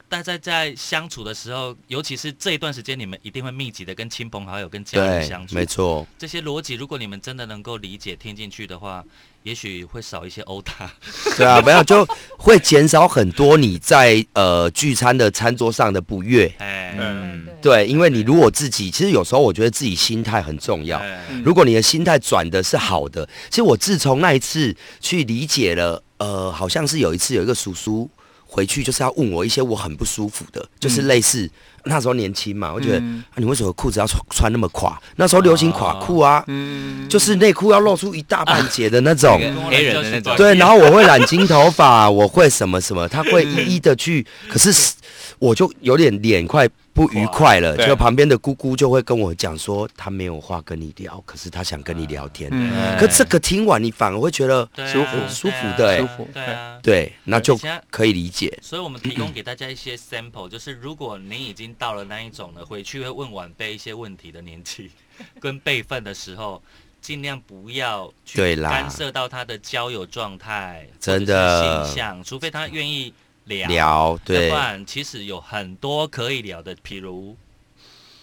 Speaker 2: 大家在相处的时候，尤其是这一段时间，你们一定会密集的跟亲朋好友、跟家人
Speaker 3: 对
Speaker 2: 相，处
Speaker 3: 没。错，
Speaker 2: 这些逻辑，如果你们真的能够理解、听进去的话，也许会少一些殴打。
Speaker 3: 对啊，没有就会减少很多你在呃聚餐的餐桌上的不悦。
Speaker 2: 哎，
Speaker 1: 嗯
Speaker 6: 对
Speaker 3: 对，因为你如果自己，其实有时候我觉得自己心态很重要。
Speaker 2: 哎
Speaker 4: 嗯
Speaker 3: 如果你的心态转的是好的，其实我自从那一次去理解了，呃，好像是有一次有一个叔叔回去就是要问我一些我很不舒服的，就是类似、那时候年轻嘛，我觉得、
Speaker 4: 嗯
Speaker 3: 啊、你为什么裤子要穿穿那么垮？那时候流行垮裤啊，
Speaker 4: 嗯
Speaker 3: 就是内裤要露出一大半截的那
Speaker 1: 那
Speaker 3: 种。
Speaker 1: 个黑人的 那种，
Speaker 3: 对，然后我会染金头发，我会什么什么，他会一一的去，
Speaker 2: 嗯
Speaker 3: 可是我就有点脸快不愉快了，
Speaker 4: 对
Speaker 3: 就旁边的姑姑就会跟我讲说，他没有话跟你聊，可是他想跟你聊天。
Speaker 4: 嗯
Speaker 3: 可这个听完，你反而会觉得
Speaker 2: 哎对啊
Speaker 4: 舒服
Speaker 2: 对啊
Speaker 3: 舒服的欸
Speaker 4: 舒服
Speaker 2: 对啊。
Speaker 3: 对，那就
Speaker 2: 以前
Speaker 3: 可以理解。
Speaker 2: 所以我们提供给大家一些 sample，就是如果您已经到了那一种了，回去会问晚辈一些问题的年纪 跟辈分的时候，尽量不要去
Speaker 3: 对啦
Speaker 2: 干涉到他的交友状态，
Speaker 3: 真的
Speaker 2: 或者是性向，除非他愿意聊。
Speaker 3: 聊对
Speaker 2: 要不，然其实有很多可以聊的，譬如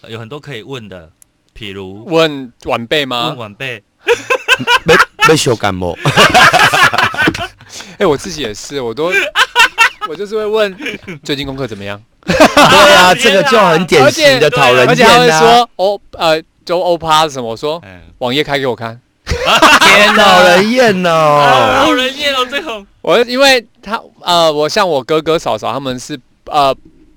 Speaker 2: 呃有很多可以问的，譬如
Speaker 4: 问晚辈
Speaker 2: 问
Speaker 3: 啊
Speaker 4: 吗？
Speaker 2: 晚辈，
Speaker 3: 没没修 感冒，
Speaker 4: 哎，我自己也是，我都我就是会问最近功课怎么样，
Speaker 3: 对啊，
Speaker 2: 天
Speaker 3: 这
Speaker 2: 啊
Speaker 3: 个就很典型的讨人
Speaker 4: 而且他会
Speaker 3: 厌啊，
Speaker 4: 说欧呃就欧趴什么，我说
Speaker 2: 嗯，
Speaker 4: 网页开给我看，
Speaker 1: 天
Speaker 3: 讨
Speaker 1: 哪，
Speaker 3: 人厌 哦。
Speaker 2: 好人厌哦，最后
Speaker 4: 我因为他呃我像我哥哥嫂嫂他们是呃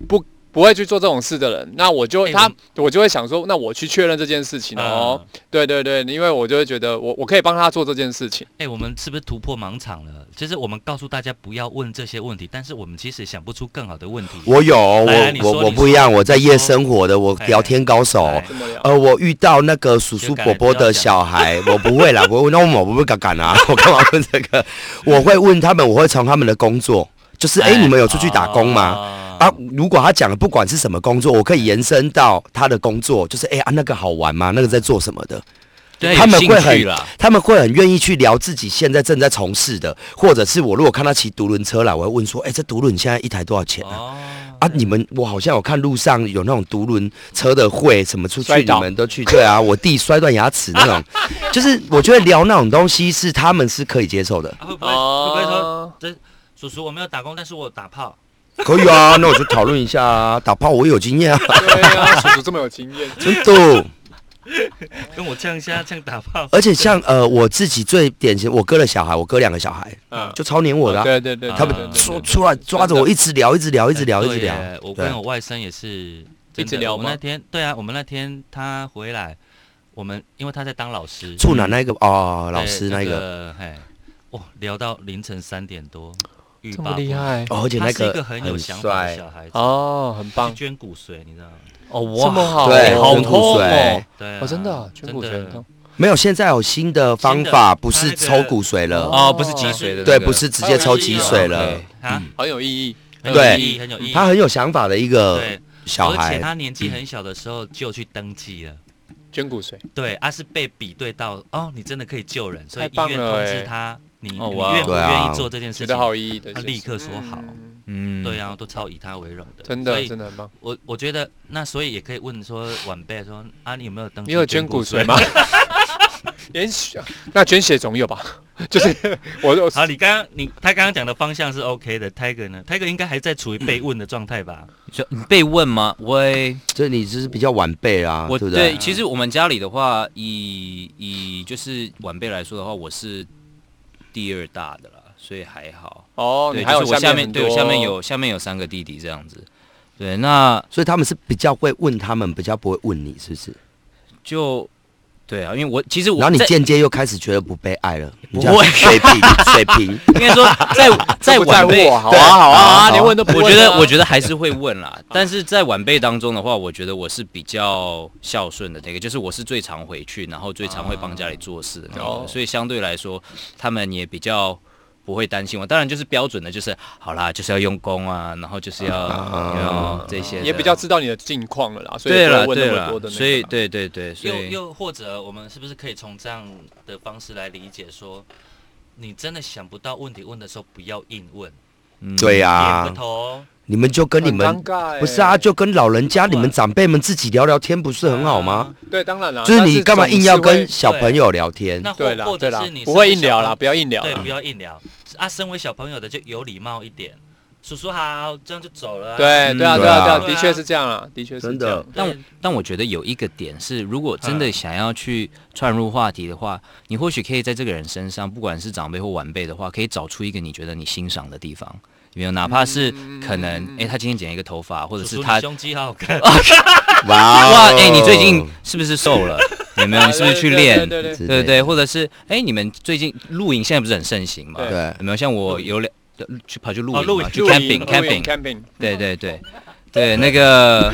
Speaker 4: 不不会去做这种事的人，那我就
Speaker 2: 哎
Speaker 4: 他我就会想说，那我去确认这件事情哦，
Speaker 3: 嗯
Speaker 4: 对对对，因为我就会觉得我我可以帮他做这件事情，
Speaker 2: 哎、我们是不是突破盲场了？就是我们告诉大家不要问这些问题，但是我们其实想不出更好的问题。
Speaker 3: 我有，
Speaker 2: 来
Speaker 3: 我
Speaker 2: 你说
Speaker 3: 我我
Speaker 2: 你
Speaker 3: 不一
Speaker 2: 说
Speaker 3: 样，我在夜
Speaker 2: 说
Speaker 3: 生活的，我
Speaker 2: 哎
Speaker 3: 聊天高手。
Speaker 2: 哎
Speaker 4: 这么聊。
Speaker 3: 呃，我遇到那个叔叔伯伯的小孩，我不会啦， 我那我不会敢敢啊， 我干嘛问这个？我会问他们，我会从他们的工作，就是哎、你们
Speaker 4: 哦
Speaker 3: 有出去打工吗？
Speaker 2: 哦
Speaker 3: 啊，如果他讲的不管是什么工作，我可以延伸到他的工作，就是哎、啊那个好玩吗？那个在做什么的？
Speaker 1: 对
Speaker 3: 他们会
Speaker 1: 有兴
Speaker 3: 很
Speaker 1: 趣 啦，
Speaker 3: 他们会很愿意去聊自己现在正在从事的，或者是我如果看他骑独轮车来，我会问说，哎、这独轮现在一台多少钱啊？
Speaker 2: 哦，
Speaker 3: 啊，你们我好像有看路上有那种独轮车的会，什么出去
Speaker 4: 摔
Speaker 3: 你
Speaker 4: 倒
Speaker 3: 们都去，对 啊，我弟摔断牙齿那种，就是我觉得聊那种东西是他们是可以接受的，
Speaker 2: 啊会不会、
Speaker 4: 哦，
Speaker 2: 会不会说叔叔我没有打工，但是我有打炮？
Speaker 3: 可以啊，那我就讨论一下啊，打炮我有经验啊，
Speaker 4: 对啊，叔叔这么有经验，
Speaker 3: 真的，
Speaker 2: 跟我呛一下，呛打炮。
Speaker 3: 而且像呃我自己最典型，我哥的小孩，我哥两个小孩
Speaker 4: 嗯，
Speaker 3: 就超黏我的啊、
Speaker 4: 对对对，
Speaker 3: 他
Speaker 4: 对
Speaker 3: 们
Speaker 4: 对对
Speaker 3: 出出来抓着我一直聊，一直聊， 一直聊，一直
Speaker 2: 哎对
Speaker 3: 聊，
Speaker 2: 耶我
Speaker 3: 对
Speaker 2: 跟我外甥也是真的
Speaker 4: 一直聊
Speaker 2: 我们
Speaker 4: 吗
Speaker 2: 那天对啊，我们那天他回来，我们因为他在当老师，
Speaker 3: 处男那个哦，老
Speaker 2: 对
Speaker 3: 师那个，
Speaker 2: 个，嘿，哇，聊到凌晨三点多，欲
Speaker 4: 这
Speaker 2: 罢
Speaker 4: 么
Speaker 2: 不
Speaker 4: 厉
Speaker 2: 能。
Speaker 4: 害
Speaker 3: 哦，而且
Speaker 2: 他
Speaker 3: 那
Speaker 2: 是一
Speaker 3: 个
Speaker 2: 个很有想法的
Speaker 3: 帅
Speaker 2: 小孩子，
Speaker 4: 哦，很棒
Speaker 2: 去，捐骨髓，你知道吗？
Speaker 1: 哦
Speaker 4: 这么
Speaker 1: 哇，
Speaker 4: 好，
Speaker 3: 对
Speaker 4: 好
Speaker 3: 真骨
Speaker 4: 痛
Speaker 3: 髓
Speaker 4: 哦，
Speaker 2: 对啊、
Speaker 4: 哦，真的啊，全
Speaker 2: 真
Speaker 4: 骨
Speaker 2: 的
Speaker 4: 髓痛，
Speaker 3: 没有，现在有新的方法，不是抽骨髓了。
Speaker 1: 哦，不是脊髓的那个，
Speaker 3: 对，不是直接抽脊髓
Speaker 1: 还
Speaker 3: 了嗯
Speaker 1: 有。
Speaker 2: 啊，
Speaker 4: 很有意义，
Speaker 2: 很有
Speaker 3: 对
Speaker 2: 意义，很有意义。
Speaker 3: 他很有想法的一个
Speaker 2: 对，而
Speaker 3: 小
Speaker 2: 且
Speaker 3: 孩，嗯
Speaker 2: 他年纪很小的时候就去登记了。
Speaker 4: 捐骨髓，
Speaker 2: 对，他、是被比对到哦，你真的可以救人，所以
Speaker 4: 太棒
Speaker 2: 医院
Speaker 4: 了
Speaker 2: 通知
Speaker 4: 欸
Speaker 2: 他，你、
Speaker 1: 哦
Speaker 2: 你
Speaker 1: 哇
Speaker 2: 愿不
Speaker 3: 对啊
Speaker 2: 愿意做这件
Speaker 4: 觉
Speaker 2: 事
Speaker 4: 得
Speaker 2: 情？
Speaker 4: 好有意义的
Speaker 2: 他
Speaker 4: 事情，
Speaker 2: 立刻说好。
Speaker 4: 嗯
Speaker 1: 嗯，
Speaker 2: 对啊，都超以他为荣的，
Speaker 4: 真
Speaker 2: 所
Speaker 4: 的
Speaker 2: 以
Speaker 4: 真的很棒。
Speaker 2: 我我觉得那所以也可以问说晚辈说啊，你有没有登记？
Speaker 4: 你有捐骨髓吗？？ 捐血，那捐血总有吧？ 就是我我
Speaker 2: 好，你刚刚你他刚刚讲的方向是 OK 的，Tiger 呢？Tiger 应该还在处于被问的状态吧？
Speaker 1: 嗯就你被问吗？喂，
Speaker 3: 就是你就是比较晚辈啊，
Speaker 1: 我
Speaker 3: 对不
Speaker 1: 对，？其实我们家里的话，以以就是晚辈来说的话，我是第二大的啦，所以还好。
Speaker 4: 哦，
Speaker 1: 对，
Speaker 4: 你还
Speaker 1: 就
Speaker 4: 有
Speaker 1: 是我
Speaker 4: 下
Speaker 1: 面
Speaker 4: 很
Speaker 1: 对我
Speaker 4: 多
Speaker 1: 下面有下面有三个弟弟这样子。对，那
Speaker 3: 所以他们是比较会问他们，比较不会问你，是不是？
Speaker 1: 就
Speaker 2: 对啊，因为我其实我
Speaker 3: 然后你
Speaker 2: 在
Speaker 3: 间接又开始觉得不被爱了，你
Speaker 2: 不
Speaker 3: 这样
Speaker 2: 会
Speaker 3: 水平水平，
Speaker 2: 应 该说在在
Speaker 4: 不在
Speaker 2: 晚
Speaker 4: 乎
Speaker 2: 辈
Speaker 4: 我，好啊好
Speaker 3: 好啊
Speaker 4: 啊，
Speaker 3: 好啊
Speaker 4: 连问都不问啊。
Speaker 2: 我觉得，我觉得还是会问 啦。但是在晚辈当中的话，我觉得我是比较孝顺的那个，就是我是最常回去，然后最常会帮家里做事的那
Speaker 4: 哦
Speaker 2: 个，所以相对来说，他们也比较不会担心我。当然，就是标准的，就是好啦，就是要用功啊，然后就是要要这些的，
Speaker 4: 啊也比较知道你的近况了啦，所以
Speaker 2: 对
Speaker 4: 不会
Speaker 2: 了
Speaker 4: 问那
Speaker 2: 对
Speaker 4: 么
Speaker 2: 了
Speaker 4: 多的，那个啦。
Speaker 2: 所以对对对，所
Speaker 1: 又
Speaker 2: 以
Speaker 1: 又或者，我们是不是可以从这样的方式来理解说，你真的想不到问题问的时候，不要硬问，
Speaker 2: 嗯
Speaker 3: 对呀、
Speaker 1: 点
Speaker 3: 啊
Speaker 1: 个，头，
Speaker 3: 你们就跟你
Speaker 4: 很
Speaker 3: 们
Speaker 4: 尴尬欸
Speaker 3: 不是啊，就跟老人家、
Speaker 1: 对
Speaker 3: 你们长辈们自己聊聊天，不是很好吗？啊
Speaker 4: 对，当然啦，
Speaker 3: 就是
Speaker 4: 但
Speaker 3: 你干嘛硬要跟小朋友聊天？
Speaker 1: 那或
Speaker 4: 总是会对啦
Speaker 1: 或
Speaker 4: 对
Speaker 1: 者
Speaker 4: 啦
Speaker 1: 是你，
Speaker 4: 不会硬聊啦，
Speaker 1: 啦，
Speaker 4: 不要硬聊
Speaker 1: 对，
Speaker 4: 啦
Speaker 1: 不。要硬聊啊。身为小朋友的就有礼貌一点，叔叔好，这样就走了啊、
Speaker 4: 对对啊
Speaker 3: 嗯
Speaker 4: 对啊
Speaker 3: 对
Speaker 4: 对
Speaker 3: 啊
Speaker 4: 啊，的确是这样啊，的确是
Speaker 3: 真
Speaker 4: 这样
Speaker 3: 的。，
Speaker 2: 但我但我觉得有一个点是，如果真的
Speaker 1: 嗯
Speaker 2: 想要去串入话题的话，你或许可以在这个人身上，不管是长辈或晚辈的话，可以找出一个你觉得你欣赏的地方，有没有？哪怕是可能，哎、他今天剪了一个头发，或者
Speaker 1: 叔
Speaker 2: 是
Speaker 1: 叔
Speaker 2: 他
Speaker 1: 你，胸肌好好看，
Speaker 3: 哇哦
Speaker 2: 哇，哎、你最近是不是瘦了？有没有？你是不是去练？
Speaker 4: 对对对
Speaker 3: 之
Speaker 2: 对对
Speaker 3: 类的
Speaker 2: 对，或者是哎、你们最近露营现在不是很盛行嘛？
Speaker 4: 对
Speaker 3: 对
Speaker 2: 有没有？像我有两去跑去露
Speaker 1: 哦
Speaker 2: 营
Speaker 1: 露
Speaker 2: 嘛，
Speaker 1: 营
Speaker 2: 去
Speaker 4: 露营
Speaker 2: camping
Speaker 4: 露营
Speaker 2: camping
Speaker 4: camping，
Speaker 2: 对对对对，那个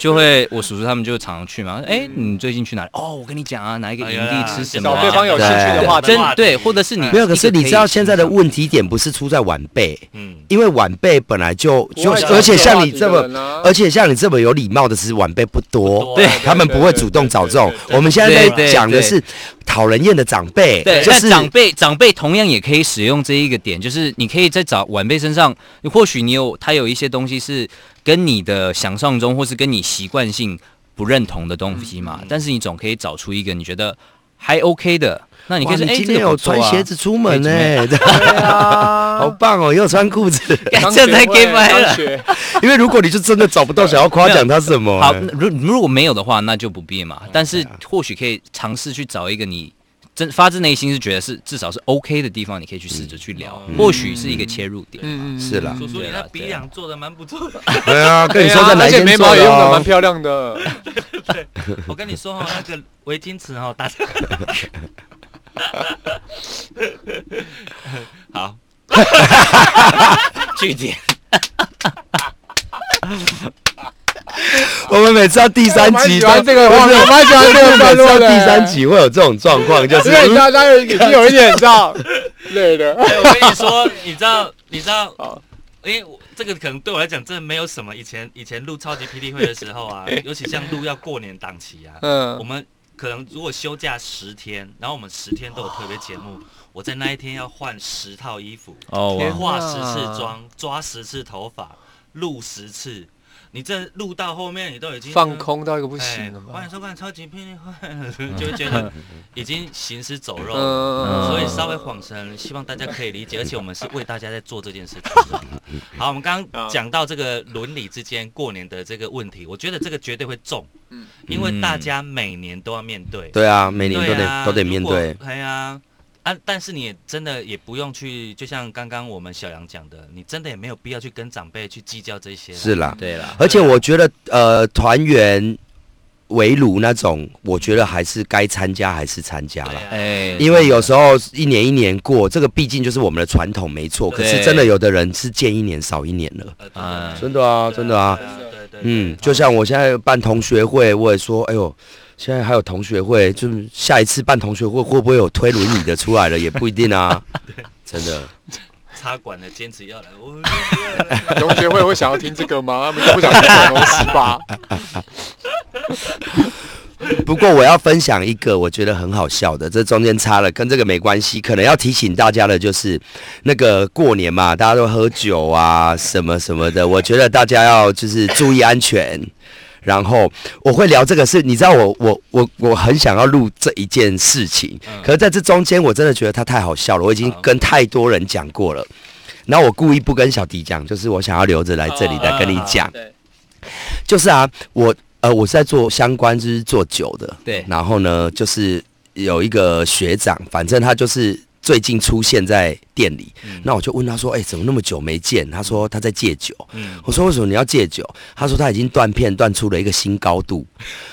Speaker 2: 就会我叔叔他们就常去嘛。哎、你最近去哪里？哦，我跟你讲啊，哪一个营地吃什么、
Speaker 4: 找
Speaker 2: 啊？
Speaker 4: 哎对方有兴趣的话题，
Speaker 2: 真对，或者是你
Speaker 3: 没有，可是你知道现在的
Speaker 2: 问。
Speaker 3: 问题点不是出在晚辈，
Speaker 1: 嗯，
Speaker 3: 因为晚辈本来就就
Speaker 4: 不会
Speaker 3: 而且
Speaker 4: 找
Speaker 3: 像
Speaker 4: 话
Speaker 3: 你
Speaker 4: 题
Speaker 3: 这
Speaker 4: 的
Speaker 3: 么。
Speaker 4: 人啊
Speaker 3: 而且像你这么有礼貌的，其实晚辈不多，
Speaker 1: 对
Speaker 3: 他们不会主动找这种。我们现在在讲的是讨人厌的长辈，
Speaker 2: 对，
Speaker 3: 就
Speaker 2: 但
Speaker 3: 是
Speaker 2: 长辈长辈同样也可以使用这一个点，就是你可以在找晚辈身上，你或许你有他有一些东西是跟你的想象中或是跟你习惯性不认同的东西
Speaker 4: 嗯
Speaker 2: 嘛，但是你总可以找出一个你觉得还 OK 的，那你可以
Speaker 3: 哇
Speaker 2: 说，哎、
Speaker 3: 今
Speaker 2: 这
Speaker 3: 天
Speaker 2: 个
Speaker 3: 有
Speaker 2: 不错啊
Speaker 3: 穿鞋子，出门呢、
Speaker 4: 对啊
Speaker 3: 好棒哦，又穿裤子。
Speaker 2: 干
Speaker 4: 刚
Speaker 2: 这样
Speaker 4: 学
Speaker 2: 才
Speaker 4: 会
Speaker 2: give
Speaker 4: 刚
Speaker 2: my 了。
Speaker 4: 学
Speaker 3: 因为如果你就真的找不到想要夸奖他什么，哎
Speaker 2: 好，嗯那如如果没有的话，那就不必嘛。
Speaker 3: 嗯
Speaker 2: 但是
Speaker 3: 啊
Speaker 2: 或许可以尝试去找一个你真发自内心是觉得是至少是 OK 的地方，你可以去试着去聊，
Speaker 3: 嗯
Speaker 2: 或许是一个切入点。
Speaker 4: 嗯，嗯
Speaker 3: 是啦
Speaker 1: 叔叔你
Speaker 2: 对啦
Speaker 1: 那
Speaker 2: 对
Speaker 1: 鼻梁做的蛮不错的，
Speaker 3: 对啊，跟你说在哪
Speaker 4: 而
Speaker 3: 一
Speaker 4: 且
Speaker 3: 间
Speaker 4: 眉
Speaker 3: 做
Speaker 4: 毛也
Speaker 3: 的
Speaker 4: 用的
Speaker 3: 哦
Speaker 4: 蛮，漂亮的，
Speaker 1: 我跟你说哈、哦，那个围巾尺哈、哦， 打好，
Speaker 2: 据点。
Speaker 3: 我们每次到第三
Speaker 4: 我蛮
Speaker 3: 集
Speaker 4: 喜
Speaker 3: 都，
Speaker 4: 欢这个，我
Speaker 3: 不是
Speaker 4: 蛮喜欢这
Speaker 3: 就
Speaker 4: 个
Speaker 3: 是
Speaker 4: 段
Speaker 3: 每次
Speaker 4: 落
Speaker 3: 到
Speaker 4: 的。
Speaker 3: 第三，集会有这种状况， 就是嗯
Speaker 4: 因为你知道他有已经有一点你 知道累了，
Speaker 1: 哎，我跟你说，你知道，你知道
Speaker 4: 好，
Speaker 1: 因为我这个可能对我来讲真的没有什么。以前以前录超级霹雳会的时候啊，尤其像录要过年档期啊，我
Speaker 4: 哎嗯，
Speaker 1: 们可能如果休假十天，然后我们十天都有特别节目，我在那一天要换十套衣服，
Speaker 2: 哦，哇
Speaker 4: 天
Speaker 1: 化
Speaker 4: 哪
Speaker 1: 十次妆，抓十次头发，录十次。你这录到后面，你都已经哎
Speaker 4: 放空到一个不
Speaker 1: 不
Speaker 4: 行了
Speaker 1: 欢
Speaker 4: 吧
Speaker 1: 迎？收看超级霹雳
Speaker 3: 嗯
Speaker 1: 会，就会觉得已经行尸走肉了。
Speaker 4: 嗯
Speaker 1: 所以稍微恍神，希望大家可以理解，而且我们是为大家在做这件事情。好，我们刚刚讲到这个伦理之间过年的这个问题，我觉得这个绝对会中，
Speaker 4: 嗯
Speaker 1: 因为大家每年都要面对，
Speaker 3: 对啊，每年
Speaker 1: 对
Speaker 3: 都得、
Speaker 1: 啊
Speaker 3: 都得面对
Speaker 1: 如。果哎呀，啊，但是你也真的也不用去，就像刚刚我们小杨讲的，你真的也没有必要去跟长辈去计较这些啦。
Speaker 3: 是啦，
Speaker 2: 对啦，
Speaker 3: 而且我觉得呃，团圆围炉那种，我觉得还是该参加还是参加
Speaker 1: 对
Speaker 3: 了。
Speaker 1: 啊，
Speaker 2: 哎，
Speaker 3: 因为有时候一年一年过，这个毕竟就是我们的传统，没错。可
Speaker 2: 对
Speaker 3: 是真的，有的人是见一年少一年了，
Speaker 1: 呃
Speaker 2: 哎
Speaker 3: 真的啊，嗯真的啊。，
Speaker 1: 对对对对
Speaker 3: 嗯
Speaker 1: 对，
Speaker 3: 就像我现在办同学会，我也说，哎呦，现在还有同学会，就是下一次办同学会会不会有推轮椅的出来了，也不一定啊。真的，
Speaker 1: 插管的坚持要来，我
Speaker 4: 同学会会想要听这个吗？他们就不想听这种东西吧？
Speaker 3: 不过我要分享一个我觉得很好笑的，这中间插了，跟这个没关系。可能要提醒大家的就是，那个过年嘛，大家都喝酒啊，什么什么的，我觉得大家要就是注意安全。然后我会聊这个事，你知道我我我我很想要录这一件事情，可是在这中间我真的觉得它太好笑了，我已经
Speaker 1: 好
Speaker 3: 跟太多人讲过了。然后我故意不跟小迪讲，就是我想要留着来这
Speaker 2: 哦
Speaker 3: 里来跟你讲。
Speaker 4: 对，
Speaker 3: 就是啊，我呃，我是在做相关，就是做酒的。
Speaker 2: 对
Speaker 3: 然后呢，就是有一个学长，反正他就是最近出现在店里，
Speaker 1: 嗯
Speaker 3: 那我就问他说：“哎、怎么那么久没见？”他说他在戒酒。
Speaker 1: 嗯
Speaker 3: 我说为什么你要戒酒？他说他已经断片断出了一个新高度。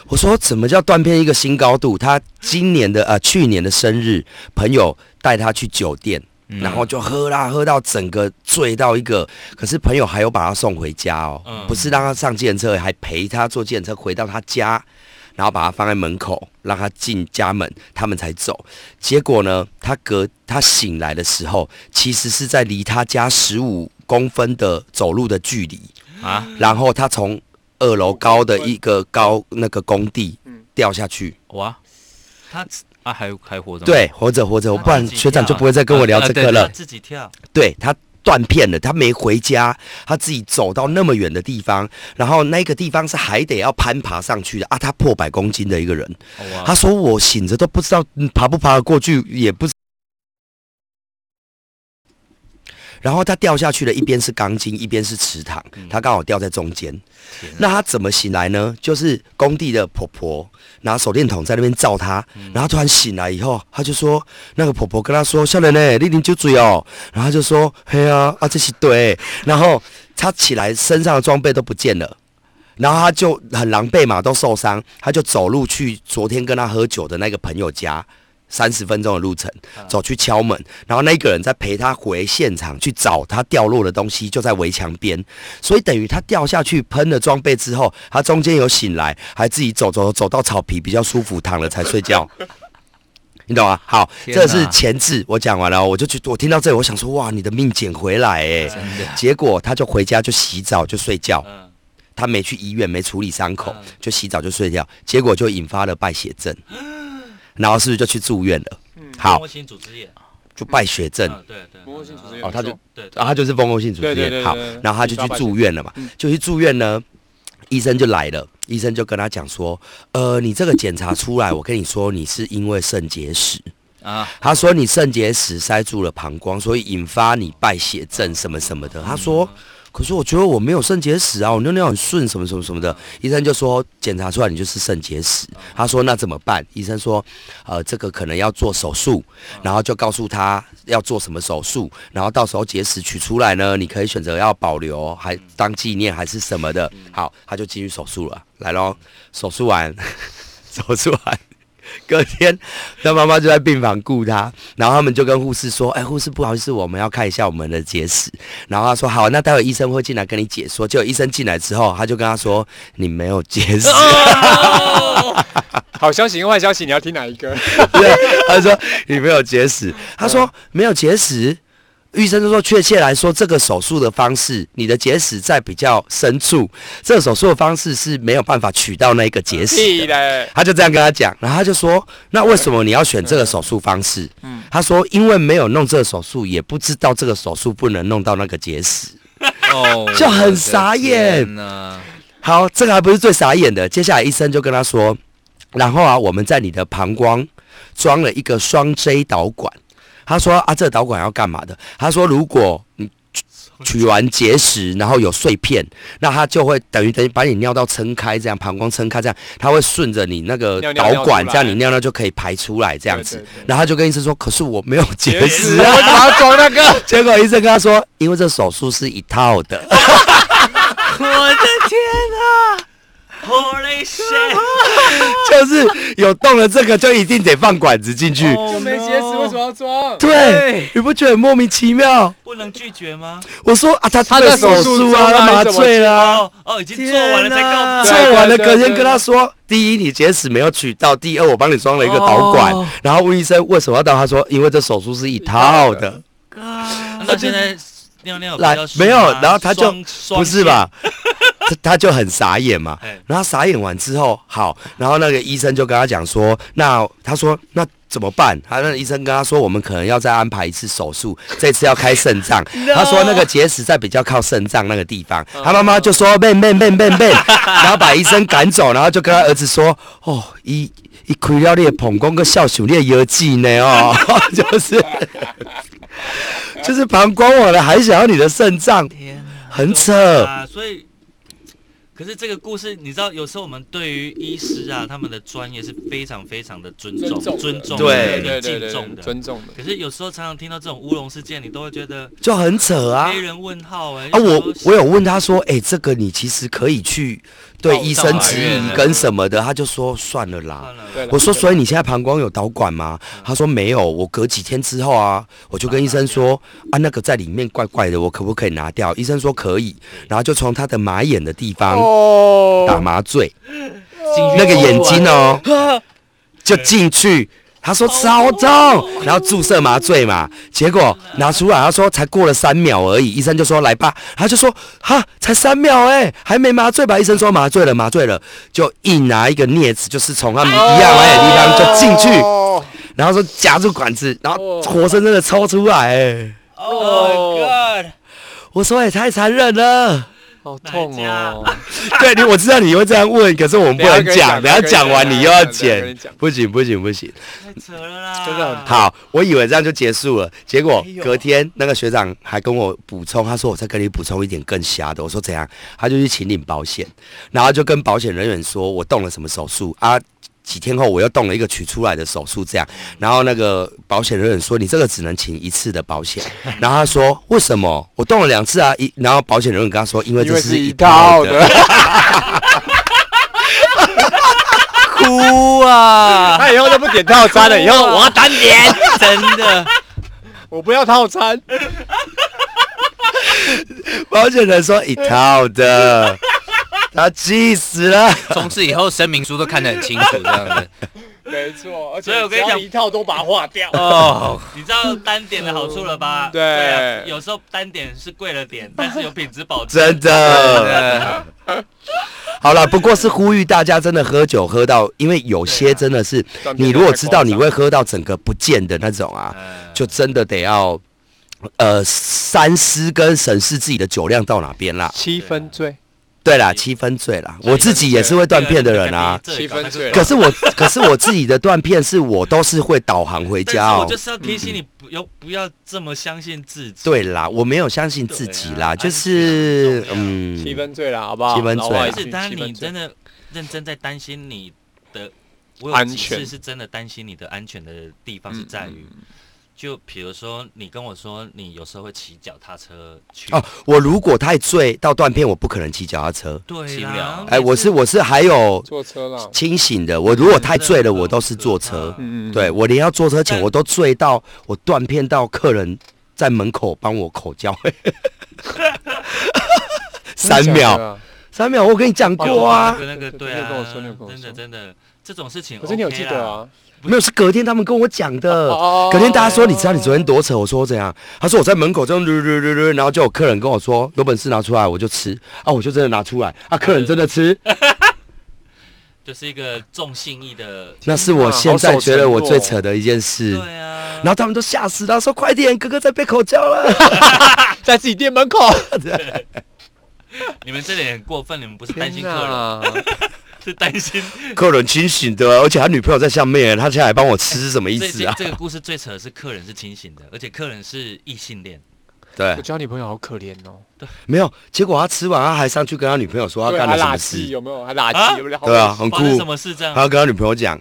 Speaker 3: 我说怎么叫断片一个新高度？他今年的呃去年的生日，朋友带他去酒店，然后就喝啦喝到整个醉到一个，可是朋友还有把他送回家哦，
Speaker 1: 嗯
Speaker 3: 不是让他上电车，还陪他坐电车回到他家，然后把他放在门口，让他进家门，他们才走。结果呢，他隔他醒来的时候，其实是在离他家十五公分的走路的距离。
Speaker 2: 啊，
Speaker 3: 然后他从二楼高的一个高那个工地
Speaker 4: 嗯
Speaker 3: 掉下去，
Speaker 2: 哇，他啊还还活着吗？
Speaker 3: 对，活着活着，不然
Speaker 1: 自己
Speaker 3: 学长
Speaker 1: 跳
Speaker 3: 就
Speaker 1: 啊
Speaker 3: 不会再跟我聊
Speaker 2: 啊
Speaker 3: 这
Speaker 2: 对
Speaker 3: 个
Speaker 1: 他
Speaker 3: 了。
Speaker 1: 自己跳，
Speaker 3: 对他断片了，他没回家，他自己走到那么远的地方，然后那个地方是还得要攀爬上去的啊！他破百公斤的一个人，
Speaker 1: 哦
Speaker 2: 啊
Speaker 1: 哇
Speaker 3: 他说我醒着都不知道嗯爬不爬得过去，也不知。然后他掉下去了，一边是钢筋，一边是池塘，他刚好掉在中间。那他怎么醒来呢？就是工地的婆婆拿手电筒在那边照他，然后突然醒来以后，他就说那个婆婆跟他说：“少年呢，你啉酒醉哦。”然后他就说：“嘿啊，啊这是对。”然后他起来，身上的装备都不见了。然后他就很狼狈嘛，都受伤，他就走路去昨天跟他喝酒的那个朋友家，三十分钟的路程，
Speaker 2: 啊
Speaker 3: 走去敲门，然后那个人在陪他回现场去找他掉落的东西，就在围墙边，所以等于他掉下去喷了装备之后，他中间有醒来，还自己走走走到草皮比较舒服，躺了才睡觉。 你懂吗？好，
Speaker 2: 天
Speaker 3: 这是
Speaker 2: 哪
Speaker 3: 前置，我讲完了，我就去，我听到这里，我想说，哇，你的命捡回来哎、
Speaker 2: 真的
Speaker 3: 结果他就回家就洗澡就睡觉，
Speaker 1: 嗯
Speaker 3: 他没去医院，没处理伤口
Speaker 1: 嗯，
Speaker 3: 就洗澡就睡觉，结果就引发了败血症，然后是不是就去住院了？好
Speaker 1: 蜂窝，性组织炎，
Speaker 3: 就败血症，
Speaker 1: 嗯对对，
Speaker 4: 蜂窝性组织炎
Speaker 3: 哦，他就
Speaker 1: 对对
Speaker 3: 啊，他就是蜂窝性组织
Speaker 4: 对对
Speaker 3: 炎，
Speaker 4: 对
Speaker 3: 好
Speaker 4: 对对，对
Speaker 3: 然后他就去住院了嘛
Speaker 4: 嗯，
Speaker 3: 就去住院呢，医生就来了，医生就跟他讲说，呃，你这个检查出来，我跟你说，你是因为肾结石，
Speaker 2: 啊，
Speaker 3: 他说你肾结石塞住了膀胱，所以引发你败血症什么什么的。他说，
Speaker 4: 嗯
Speaker 3: 可是我觉得我没有肾结石啊，我尿尿很顺，什么什么什么的。医生就说检查出来你就是肾结石。他说那怎么办？医生说，呃，这个可能要做手术，然后就告诉他要做什么手术，然后到时候结石取出来呢，你可以选择要保留，还当纪念还是什么的。好，他就进去手术了，来咯，手术完， 手术完。隔天，他妈妈就在病房顾他，然后他们就跟护士说：“哎，护士，不好意思，我们要看一下我们的结石。”然后他说：“好，那待会医生会进来跟你解说。”结果医生进来之后，他就跟他说：“你没有结石。
Speaker 4: 好消息跟坏消息，你要听哪一个？
Speaker 3: 对， 他说：“你没有结石。”他说：“没有结石。”医生就说：“确切来说，这个手术的方式，你的结石在比较深处，这个手术的方式是没有办法取到那个结石的。”
Speaker 4: 屁嘞！
Speaker 3: 他就这样跟他讲，然后他就说：“那为什么你要选这个手术方式？”他说：“因为没有弄这个手术，也不知道这个手术不能弄到那个结石。
Speaker 2: 哦，
Speaker 3: 就很傻眼
Speaker 2: 呢。”
Speaker 3: 好，这个还不是最傻眼的，接下来医生就跟他说：“然后啊，我们在你的膀胱装了一个双 J 导管。”他说：“啊，这个导管要干嘛的？”他说：“如果你取取完结石，然后有碎片，那它就会等于等于把你尿道撑开，这样膀胱撑开，这样它会顺着你那个
Speaker 4: 尿
Speaker 3: 导
Speaker 4: 尿
Speaker 3: 管，
Speaker 4: 尿
Speaker 3: 这
Speaker 4: 出来
Speaker 3: 样你尿尿就可以排出来，这样子。
Speaker 4: 对对对
Speaker 3: 然后他就跟医生说：“可是我没有结石
Speaker 4: 我
Speaker 3: 啊。”
Speaker 4: 要装那个。
Speaker 3: 结果医生跟他说：“因为这手术是一套的。”
Speaker 1: 啊，Holy shit！
Speaker 3: 就是有动了这个，就一定得放管子进去。
Speaker 4: 就没结石，为什么要装？
Speaker 3: 对，你不觉得很莫名其妙？
Speaker 1: 不能拒绝吗？
Speaker 3: 我说啊，他
Speaker 4: 他在
Speaker 3: 做手
Speaker 4: 手术
Speaker 3: 术
Speaker 4: 中
Speaker 3: 啊，他
Speaker 4: 啊你
Speaker 3: 麻
Speaker 4: 怎么
Speaker 3: 醉了啊、
Speaker 1: 哦哦，已经做完了再告
Speaker 4: 啊
Speaker 1: 我
Speaker 3: 做
Speaker 1: 们。
Speaker 3: 完了，
Speaker 4: 对对
Speaker 3: 隔天
Speaker 4: 对
Speaker 3: 跟他说，第一，你结石没有取到；第二，我帮你装了一个导管。
Speaker 4: 哦
Speaker 3: 然后问医生为什么要到，他说因为这手术是一套的，
Speaker 1: 那现在尿尿比
Speaker 3: 来
Speaker 1: 较顺
Speaker 3: 没有
Speaker 1: 吗，
Speaker 3: 然后他就
Speaker 1: 双双
Speaker 3: 不是吧？ 他他就很傻眼嘛
Speaker 1: 哎。
Speaker 3: 然后傻眼完之后，好，然后那个医生就跟他讲说，那他说那怎么办？他那医生跟他说，我们可能要再安排一次手术，这次要开肾脏。他说那个结石在比较靠肾脏那个地方。他妈妈就说变变变变变， 然后把医生赶走，然后就跟他儿子说，哦，一一开了你的膀胱个笑鼠，你的腰子呢哦， 就是。就是膀胱完了，还想要你的肾脏，很扯。
Speaker 1: 啊，所以可是这个故事，你知道，有时候我们对于医师啊，他们的专业是非常非常的尊重、
Speaker 4: 尊重的
Speaker 1: 尊重的、
Speaker 3: 对
Speaker 1: 跟
Speaker 4: 对对
Speaker 1: 敬
Speaker 4: 对
Speaker 1: 重
Speaker 4: 对，
Speaker 1: 的。
Speaker 4: 尊重的。
Speaker 1: 可是有时候常常听到这种乌龙事件，你都会觉得
Speaker 3: 就很扯啊
Speaker 1: 黑人问号哎、
Speaker 3: 啊！
Speaker 1: 就
Speaker 3: 我
Speaker 1: 说
Speaker 3: 我有问他说，哎、这个你其实可以去对
Speaker 4: 到
Speaker 1: 啊
Speaker 3: 医生质
Speaker 4: 到法
Speaker 3: 疑
Speaker 4: 院
Speaker 3: 跟什么的，他就说算了啦。
Speaker 1: 算了嗯
Speaker 4: 对啦
Speaker 3: 我说，所以你现在膀胱有导管吗？他说没有，我隔几天之后啊，我就跟医生
Speaker 1: 嗯
Speaker 3: 说啊，那个在里面怪怪的，我可不可以拿掉？医生说可以，
Speaker 1: 嗯
Speaker 3: 然后就从他的马眼的地方
Speaker 4: 哦
Speaker 3: 打麻醉，
Speaker 2: 进去
Speaker 3: 那个眼睛哦，就进去。他说超重，然后注射麻醉嘛，结果拿出来，他说才过了三秒而已，医生就说来吧，他就说哈才三秒哎、还没麻醉吧？医生说麻醉了，麻醉了，就硬拿一个镊子，就是从他们一样来的地方就进去，
Speaker 4: 哦
Speaker 3: 然后说夹住管子，然后
Speaker 4: 哦
Speaker 3: 活生生的抽出来、欸。
Speaker 1: ，Oh my God！
Speaker 3: 我说也、哎太残忍了。
Speaker 4: 好痛哦！
Speaker 3: 对你，我知道你会这样问，可是我们不能讲，
Speaker 4: 不
Speaker 3: 等下
Speaker 4: 要跟你讲
Speaker 3: 讲完
Speaker 4: 不要跟你讲
Speaker 3: 你又要
Speaker 4: 不要跟你
Speaker 3: 剪
Speaker 4: 讲，
Speaker 3: 不行不行不行。
Speaker 1: 太扯了啦，
Speaker 4: 真的很
Speaker 3: 好，我以为这样就结束了，结果
Speaker 1: 没有
Speaker 3: 隔天那个学长还跟我补充，他说我再跟你补充一点更瞎的。我说怎样？他就去请领保险，然后就跟保险人员说我动了什么手术啊。几天后我又动了一个取出来的手术，这样，然后那个保险人员说你这个只能请一次的保险，然后他说为什么我动了两次啊？一然后保险人员跟他说因为
Speaker 4: 因
Speaker 3: 这
Speaker 4: 为
Speaker 3: 是
Speaker 4: 是
Speaker 3: 一
Speaker 4: 一
Speaker 3: 套
Speaker 4: 套
Speaker 3: 的
Speaker 4: 的，，
Speaker 2: 哭啊！
Speaker 4: 他以后就不点套 餐了，以后我要
Speaker 2: 单点，真的。
Speaker 4: 我不要套餐，
Speaker 3: 保险人说一套的，他气死了。
Speaker 2: 从此以后声明书都看得很清楚，这样子。
Speaker 4: 没错，而
Speaker 1: 所以我跟你讲呃
Speaker 4: 只要一套都把它划掉。
Speaker 2: 哦，
Speaker 1: 你知道单点的好处了吧？
Speaker 4: 对
Speaker 1: 啊，有时候单点是贵了点，但是有品质保证。
Speaker 3: 真的。好了，不过是呼吁大家真的喝酒喝到，因为有些真的是，你如果知道你会喝到整个不见的那种啊，
Speaker 1: 嗯
Speaker 3: 就真的得要呃三思跟审视自己的酒量到哪边啦。
Speaker 4: 七分醉，
Speaker 3: 对啦，七分醉啦，我自己也是会断片的人啊。
Speaker 1: 这个
Speaker 4: 七分醉
Speaker 1: 这个
Speaker 3: 可是我，可是我自己的断片是我都是会导航回
Speaker 1: 但是
Speaker 3: 家
Speaker 1: 我
Speaker 3: 哦
Speaker 1: 就。是要提醒你，不要不要这么相信自己。
Speaker 3: 对啊啦，我没有相信自己啦，就是
Speaker 1: 对啊
Speaker 3: 嗯，
Speaker 4: 七分醉了，好不好？
Speaker 3: 七分醉
Speaker 4: 老话
Speaker 3: 啊
Speaker 4: 一
Speaker 1: 而
Speaker 4: 句
Speaker 1: 且当
Speaker 4: 七
Speaker 1: 你
Speaker 4: 分醉
Speaker 1: 真的认真在担心你的，我有
Speaker 4: 安
Speaker 1: 几
Speaker 4: 全
Speaker 1: 次是真的担心你的安全的地方是在
Speaker 3: 嗯
Speaker 1: 于，就比如说你跟我说你有时候会骑脚踏车去
Speaker 3: 哦，我如果太醉到断片，我不可能骑脚踏车。
Speaker 1: 对
Speaker 2: 骑不
Speaker 1: 啦
Speaker 2: 了，
Speaker 3: 哎，我是我是还有
Speaker 4: 坐车啦。
Speaker 3: 清醒的，我如果太醉了，我都是坐车。
Speaker 4: 嗯
Speaker 3: 对，我连要坐车前，
Speaker 1: 但
Speaker 3: 我都醉到我断片到客人在门口帮我口交，三秒，，三秒，我跟你讲过啊
Speaker 1: 那，个那个对啊，
Speaker 4: 你有跟我说你有跟我
Speaker 1: 真的
Speaker 4: 说
Speaker 1: 真的哦这种事情，
Speaker 4: 可是你有记得？啊？
Speaker 3: 没有是隔天他们跟我讲的
Speaker 4: 哦。
Speaker 3: 隔天大家说，你知道你昨天多扯？我说我怎样？他说我在门口这样噜噜噜噜，然后就有客人跟我说有本事拿出来我就吃啊，我就真的拿出来啊，客人真的吃，
Speaker 1: 就是一个重信义的，
Speaker 3: 那是我现在觉得我最扯的一件事。
Speaker 1: 对啊，
Speaker 3: 然后他们都吓死了，说快点，哥哥在被口交了。
Speaker 4: 哦在自己店门口，
Speaker 1: 你们这点很过分，你们不是担心客人，
Speaker 4: 哪！
Speaker 1: 是担心
Speaker 3: 客人清醒的，而且他女朋友在下面，他现在还帮我吃，是什么意
Speaker 1: 这
Speaker 3: 思
Speaker 1: 这
Speaker 3: 啊？
Speaker 1: 这个故事最扯的是客人是清醒的，而且客人是异性恋，
Speaker 3: 对
Speaker 4: 我，交女朋友好可怜哦，
Speaker 3: 没有。结果他吃完，他还上去跟他女朋友说他
Speaker 4: 对
Speaker 3: 干
Speaker 4: 还
Speaker 3: 了什么
Speaker 4: 垃圾
Speaker 3: 事，
Speaker 4: 有没有？还垃
Speaker 1: 啊
Speaker 4: 圾有没有？
Speaker 3: 对啊，，很
Speaker 1: 发生什
Speaker 3: 酷。
Speaker 1: 么事这样
Speaker 3: 他？要跟他女朋友讲，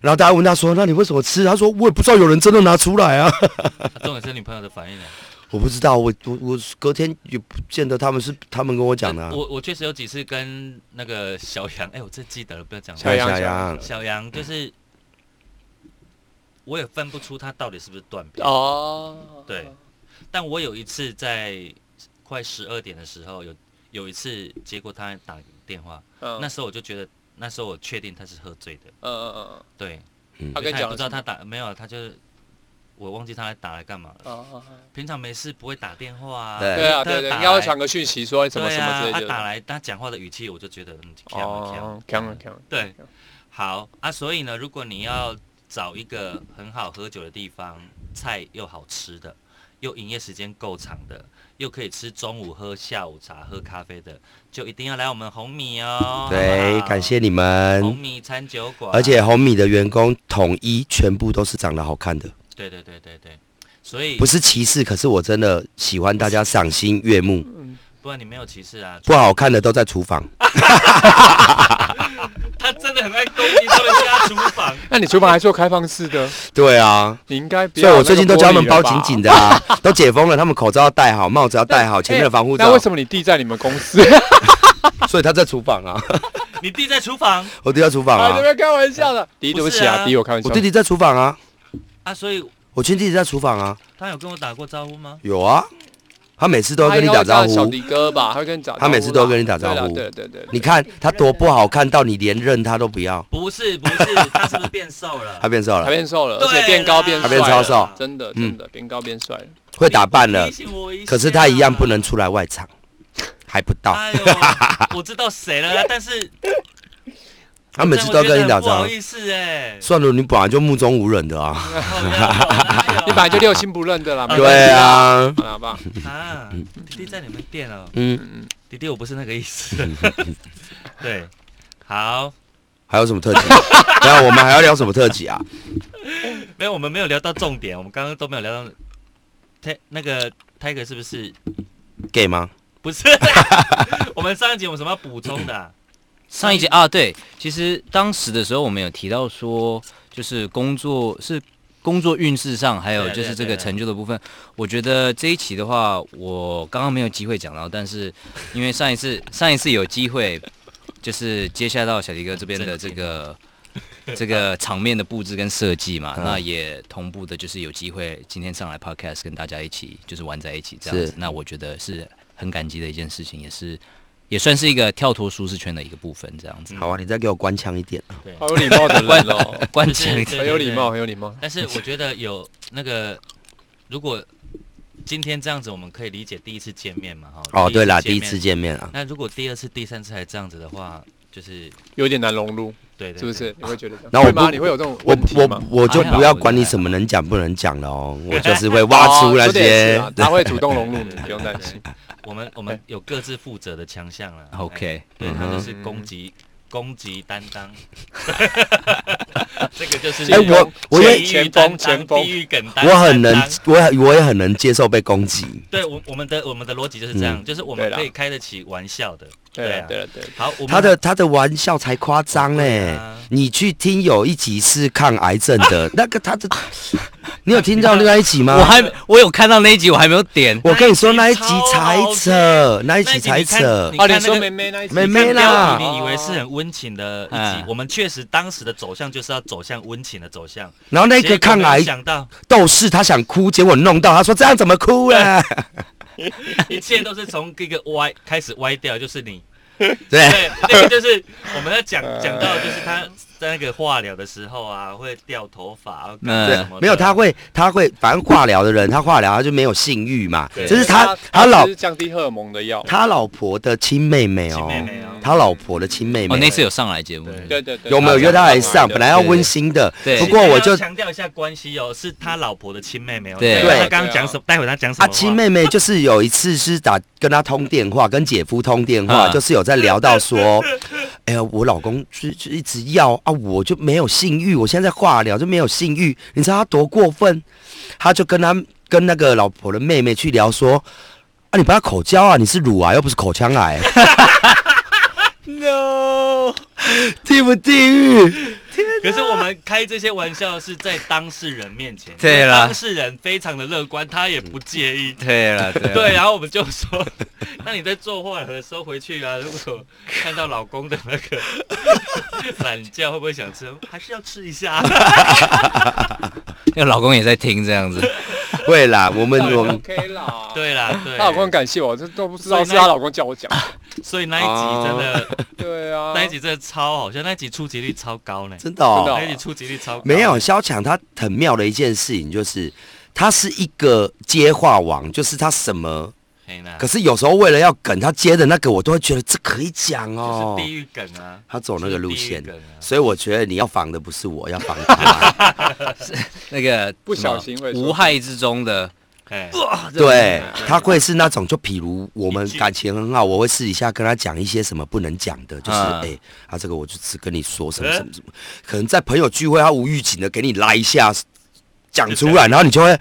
Speaker 3: 然后大家问他说：“那你为什么吃？”他说：“我也不知道，有人真的拿出来啊，
Speaker 1: 啊重点是女朋友的反应啊。
Speaker 3: 我不知道，我我我隔天也不见得他们是他们跟我讲的、啊。
Speaker 1: 我我确实有几次跟那个小杨，哎、我真记得了，不要讲了。
Speaker 4: 小杨
Speaker 3: 杨
Speaker 1: 小杨就是，我也分不出他到底是不是断片。
Speaker 4: 哦，
Speaker 1: 对，但我有一次在快十二点的时候，有有一次接过他打电话，
Speaker 4: 嗯，
Speaker 1: 那时候我就觉得，那时候我确定他是喝醉的。
Speaker 4: 嗯嗯嗯
Speaker 1: 对，
Speaker 4: 嗯，他
Speaker 1: 他
Speaker 4: 跟你
Speaker 1: 也
Speaker 4: 讲
Speaker 1: 不
Speaker 4: 了
Speaker 1: 知道
Speaker 4: 什
Speaker 1: 他
Speaker 4: 么
Speaker 1: 打没有，他就是我忘记他来打来干嘛了。
Speaker 4: 哦哦哦
Speaker 1: 平常没事不会打电话啊，
Speaker 3: 对
Speaker 4: 对啊，对
Speaker 1: 他
Speaker 4: 对，
Speaker 1: 打
Speaker 4: 应该会
Speaker 1: 来
Speaker 4: 传个讯息说什么
Speaker 1: 对
Speaker 4: 什么
Speaker 1: 啊，
Speaker 4: 之类
Speaker 1: 他打
Speaker 4: 的。
Speaker 1: 来他讲话的语气，我就觉得嗯，呛了呛。
Speaker 4: 哦，强了强了，
Speaker 1: 对，好啊，所以呢，如果你要找一个很好喝酒的地方，菜又好吃的，又营业时间够长的，又可以吃中午喝下午茶、喝咖啡的，就一定要来我们红米哦。好
Speaker 3: 对
Speaker 1: 不，好
Speaker 3: 感谢你
Speaker 1: 红
Speaker 3: 们。
Speaker 1: 米餐酒馆，
Speaker 3: 而且红米的员工统一全部都是长得好看的。
Speaker 1: 对对对对对，所以
Speaker 3: 不是歧视，可是我真的喜欢大家赏心悦目。
Speaker 4: 嗯，
Speaker 1: 不然你没有歧视啊。
Speaker 3: 不好看的都在厨房。
Speaker 1: 他真的很爱攻击他们家厨房。
Speaker 4: 那你厨房还做开放式的，
Speaker 3: 对啊，
Speaker 4: 你应该不
Speaker 3: 所以
Speaker 4: 要。
Speaker 3: 我最近都教他们包紧紧。的啊，都解封了，他们口罩要戴好，帽子要戴好，前面的防护
Speaker 4: 哎那
Speaker 3: 罩
Speaker 4: 为。什么你弟在你们公 司？
Speaker 3: 所以他在厨房啊，
Speaker 1: 你弟在厨房
Speaker 3: 我弟在厨房
Speaker 4: 啊，这
Speaker 3: 啊，
Speaker 4: 边开玩笑的。 弟，对
Speaker 1: 不
Speaker 4: 不
Speaker 1: 是
Speaker 4: 起
Speaker 1: 啊
Speaker 4: 啊，弟，我开玩笑
Speaker 3: 我。弟弟在厨房啊，
Speaker 1: 啊，所以
Speaker 3: 我亲弟弟在厨房啊，
Speaker 1: 他有跟我打过招呼吗？
Speaker 3: 有啊，他每次都要跟你打招
Speaker 4: 他应该会叫小
Speaker 3: 呼。
Speaker 4: 迪哥吧，他会跟你打招呼啦。
Speaker 3: 他每次都跟你打招呼
Speaker 4: 对啦对对对。对
Speaker 3: 你看他多不好看到你连认他都不要，
Speaker 1: 不是不是， 他是不是变瘦了
Speaker 3: 他？变瘦
Speaker 4: 他
Speaker 3: 了，
Speaker 4: 变瘦了，
Speaker 1: 对
Speaker 4: 而
Speaker 1: 啦
Speaker 4: 且变高变帅了，
Speaker 3: 他变超瘦
Speaker 4: 真的
Speaker 3: 嗯
Speaker 4: 真的变高变帅了。
Speaker 3: 会打扮了
Speaker 1: 提，醒我一下
Speaker 3: 可是他一样不能出来外场，还不到，
Speaker 1: 哎呦， 我知道谁了啦，啊但是
Speaker 3: 他每次都要跟你打
Speaker 1: 但我觉得很不
Speaker 3: 招
Speaker 1: 好
Speaker 3: 呼。
Speaker 1: 意思哎，哦
Speaker 3: 算了，你本来就目中无人的啊，
Speaker 1: 好呀好呀 哎呦
Speaker 4: 你本来就六亲不认的啦，没关系
Speaker 3: 对啊，
Speaker 4: 好啦，好吧。
Speaker 1: 啊，弟弟在你们店哦，
Speaker 3: 嗯，
Speaker 4: 嗯，
Speaker 1: 弟弟我不是那个意 思。对，好，
Speaker 3: 还有什么特辑？然后我们还要聊什么特辑啊？
Speaker 1: 没有我们没有聊到重点，我们刚刚都没有聊到。泰那个 Tiger 是不是
Speaker 3: 给吗？
Speaker 1: 不 是？我们上一集我们什么要补充的啊？
Speaker 2: 上一集啊，对，其实当时的时候我们有提到说，就是工作是工作运势上，还有
Speaker 1: 对啊
Speaker 2: 就是这
Speaker 1: 对
Speaker 2: 个
Speaker 1: 啊对啊
Speaker 2: 成就的部分。我觉得这一期的话，我刚刚没有机会讲到，但是因为上一次上一次有机会，就是接下到小迪哥这边的这个。这个场面的布置跟设计嘛，那也同步的，就是有机会今天上来 podcast 跟大家一起就是玩在一起这样子
Speaker 3: 是，
Speaker 2: 那我觉得是很感激的一件事情，也是也算是一个跳脱舒适圈的一个部分这样子。
Speaker 3: 好啊，你再给我关腔一点。
Speaker 4: 好有礼貌的人 哦，
Speaker 2: 关键
Speaker 1: 对
Speaker 4: 很有礼貌，很有礼貌。
Speaker 1: 但是我觉得有那个，如果今天这样子，我们可以理解第一次见面嘛，哈。
Speaker 3: 哦，对啦，第
Speaker 1: 见
Speaker 3: 一
Speaker 1: 面
Speaker 3: 次。见面啊，
Speaker 1: 那如果第二次、第三次还这样子的话，就是
Speaker 4: 有点难融入，
Speaker 1: 对对，
Speaker 4: 是
Speaker 1: 对
Speaker 4: 不是？？你会觉得这样？
Speaker 3: 那我
Speaker 4: 会吗？
Speaker 3: 不
Speaker 4: 你会有这种
Speaker 3: 我
Speaker 4: 问题吗
Speaker 3: 我？我就
Speaker 2: 还好
Speaker 3: 不要管你
Speaker 2: 还好
Speaker 3: 什么能讲不能讲了哦，我就是会挖出那
Speaker 4: 哦这点也
Speaker 3: 些
Speaker 4: 是啊。他会主动融入你
Speaker 1: 对，对
Speaker 4: 不用担 心。。
Speaker 1: 对对我们我们有各自负责的强项了。哎
Speaker 2: OK，
Speaker 1: 对
Speaker 3: 哎嗯
Speaker 1: 他
Speaker 3: 哼
Speaker 1: 就是攻击
Speaker 4: 嗯
Speaker 1: 攻击担 当，这个就是
Speaker 3: 哎我我
Speaker 4: 也
Speaker 1: 前
Speaker 4: 前锋前锋
Speaker 1: 地狱梗担当，
Speaker 3: 我很能
Speaker 1: 担当，
Speaker 3: 我很我也很能接受被攻击。
Speaker 1: 对我我们的我们的逻辑就是这
Speaker 3: 嗯
Speaker 1: 样，就是我们
Speaker 4: 对啦
Speaker 1: 可以开得起玩笑的。
Speaker 4: 对
Speaker 1: 对
Speaker 4: 了
Speaker 1: 啊
Speaker 4: 对了对了，
Speaker 1: 好，我们
Speaker 3: 他的他的玩笑才夸张
Speaker 1: 对
Speaker 3: 嘞
Speaker 1: 啊！
Speaker 3: 你去听有一集是抗癌症的，那个他的，你有听到那一集 吗？
Speaker 2: 我还我有看到那一集，我还没有点。
Speaker 3: 我跟你说那一集才扯，那一集才扯
Speaker 1: 那一集你看你。
Speaker 4: 哦，你
Speaker 1: 那
Speaker 4: 说
Speaker 1: 个
Speaker 4: 妹妹那一集
Speaker 3: 妹妹啦
Speaker 1: 标题你以为是
Speaker 3: 哦
Speaker 1: 很温情的一集
Speaker 2: 嗯，
Speaker 1: 我们确实当时的走向就是要走向温情的走向。
Speaker 3: 然后那个
Speaker 1: 结果
Speaker 3: 抗
Speaker 1: 没
Speaker 3: 癌
Speaker 1: 想 到
Speaker 3: 斗士他想哭，结果弄到他说这样怎么哭啊？
Speaker 1: 一切都是从这个歪开始歪掉，就是 你
Speaker 3: 对，
Speaker 1: 对，那个就是我们在讲
Speaker 4: 呃
Speaker 1: 讲到，就是他在那个化疗的时候啊，会掉头发，啊
Speaker 2: 嗯
Speaker 1: 干什么的
Speaker 3: 没有，他会，他会，反正化疗的人，他化疗他就没有性欲嘛。
Speaker 1: 对
Speaker 3: 这是他他
Speaker 4: 他
Speaker 3: 老
Speaker 4: 吃降低荷尔蒙的药。
Speaker 3: 他老婆的亲妹妹
Speaker 1: 亲
Speaker 3: 哦，
Speaker 1: 妹妹啊，
Speaker 3: 他老婆的亲妹
Speaker 2: 哦，
Speaker 3: 妹
Speaker 2: 那，次有上来节目，
Speaker 1: 对
Speaker 4: 对对对，
Speaker 3: 有没有约他来上？本来要
Speaker 2: 对对
Speaker 3: 温馨的，
Speaker 2: 对
Speaker 3: 不过我就
Speaker 1: 要强调一下关系哦，是他老婆的亲妹妹哦。
Speaker 2: 对
Speaker 1: 他刚刚讲什么？待会他讲什
Speaker 3: 啊，
Speaker 1: 么？
Speaker 3: 亲，妹妹就是有一次是打跟她通电话，跟姐夫通电话，
Speaker 4: 啊
Speaker 2: 嗯
Speaker 3: 就是有在聊到说， 哎呀，我老公就就一直要啊，我就没有性欲，我现在在化疗就没有性欲，你知道他多过分？他就跟他跟那个老婆的妹妹去聊说，啊，你不要口交啊，你是乳癌又不是口腔 癌，no，地不地狱？
Speaker 1: 可是我们开这些玩笑是在当事人面前，
Speaker 2: 对啦
Speaker 1: 当事人非常的乐观，他也不介意。
Speaker 2: 对了，
Speaker 3: 啊
Speaker 2: 对
Speaker 1: 对，啊
Speaker 2: 了，
Speaker 1: 然后我们就说，那你在做化疗的时候回去啊，如果看到老公的那 个懒觉，会不会想吃？还是要吃一 下。
Speaker 2: 那个老公也在听这样子，
Speaker 3: 会啦，我们我
Speaker 4: 我
Speaker 3: 们
Speaker 4: OK 啦。。
Speaker 1: 对啦，对，
Speaker 4: 她老公很感谢我，这都不知道是她老公叫我 讲。
Speaker 1: 所以那一集真的，
Speaker 4: 对
Speaker 3: 哦
Speaker 4: 啊，
Speaker 1: 那一集真的超好笑，那一集触及率超高呢，
Speaker 3: 真的、哦、
Speaker 4: 真的哦
Speaker 1: 那一集触及率超高，
Speaker 3: 没有，萧蔷，他很妙的一件事情就是，他是一个接话王，就是他什么，
Speaker 1: 嘿啦，
Speaker 3: 可是有时候为了要梗他接的那个，我都会觉得这可以讲
Speaker 1: 就
Speaker 3: 哦
Speaker 1: 是。地狱梗啊，
Speaker 3: 他走那个路线
Speaker 1: 就是地狱梗啊，
Speaker 3: 所以我觉得你要防的不是我，要防 他。
Speaker 2: 那个
Speaker 4: 不
Speaker 2: 什么
Speaker 4: 小心会说
Speaker 2: 无害之中的，
Speaker 1: 哎，
Speaker 3: 对
Speaker 1: 对，
Speaker 3: 他会是那种，就比如我们
Speaker 1: 一句
Speaker 3: 感情很好，我会私底下跟他讲一些什么不能讲的，就是
Speaker 2: 嗯
Speaker 3: 哎、啊这个我就只跟你说
Speaker 1: 嗯
Speaker 3: 什么什么什么，可能在朋友聚会，他无预警的 给你拉一下，讲出来，然后你就会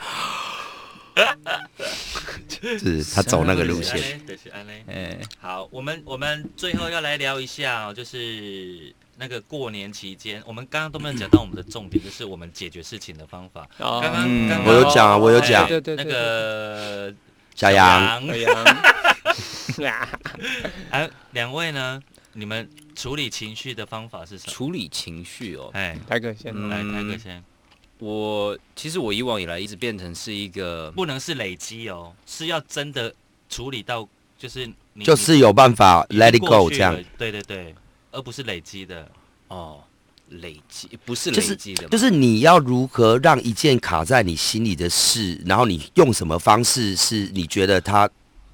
Speaker 3: 是他走那个路
Speaker 1: 就是安
Speaker 3: 线。
Speaker 1: 内就是安内。
Speaker 2: 哎，
Speaker 1: 好，我们我们最后要来聊一下、哦，就是那个过年期间，我们刚刚都没有讲到我们的重点，就是我们解决事情的方法。
Speaker 4: 刚
Speaker 1: 刚刚
Speaker 2: 嗯
Speaker 1: 刚刚
Speaker 2: 我有
Speaker 3: 讲啊哦我有
Speaker 1: 哎
Speaker 3: 讲
Speaker 4: 对对
Speaker 1: 那
Speaker 4: 对对
Speaker 1: 个
Speaker 3: 小杨，
Speaker 1: 杨
Speaker 4: 啊
Speaker 1: 哎，两位呢？你们处理情绪的方法是什么？
Speaker 2: 处理情绪哦，
Speaker 1: 哎，
Speaker 4: 台哥先
Speaker 2: 嗯
Speaker 1: 来，泰哥先，
Speaker 2: 我其实我以往以来一直变成是一个
Speaker 1: 不能是累积哦，是要真的处理到，就是你
Speaker 3: 就是有办法
Speaker 1: 你已
Speaker 3: let
Speaker 1: 经
Speaker 3: it
Speaker 1: 过
Speaker 3: go
Speaker 1: 去
Speaker 3: 这样
Speaker 1: 了，对对对，而不是累积的。
Speaker 2: 哦累积，不是
Speaker 3: 就
Speaker 2: 累
Speaker 3: 是
Speaker 2: 积的嘛，
Speaker 3: 就是你要如何让一件卡在你心里的事，然后你用什么方式是你觉得它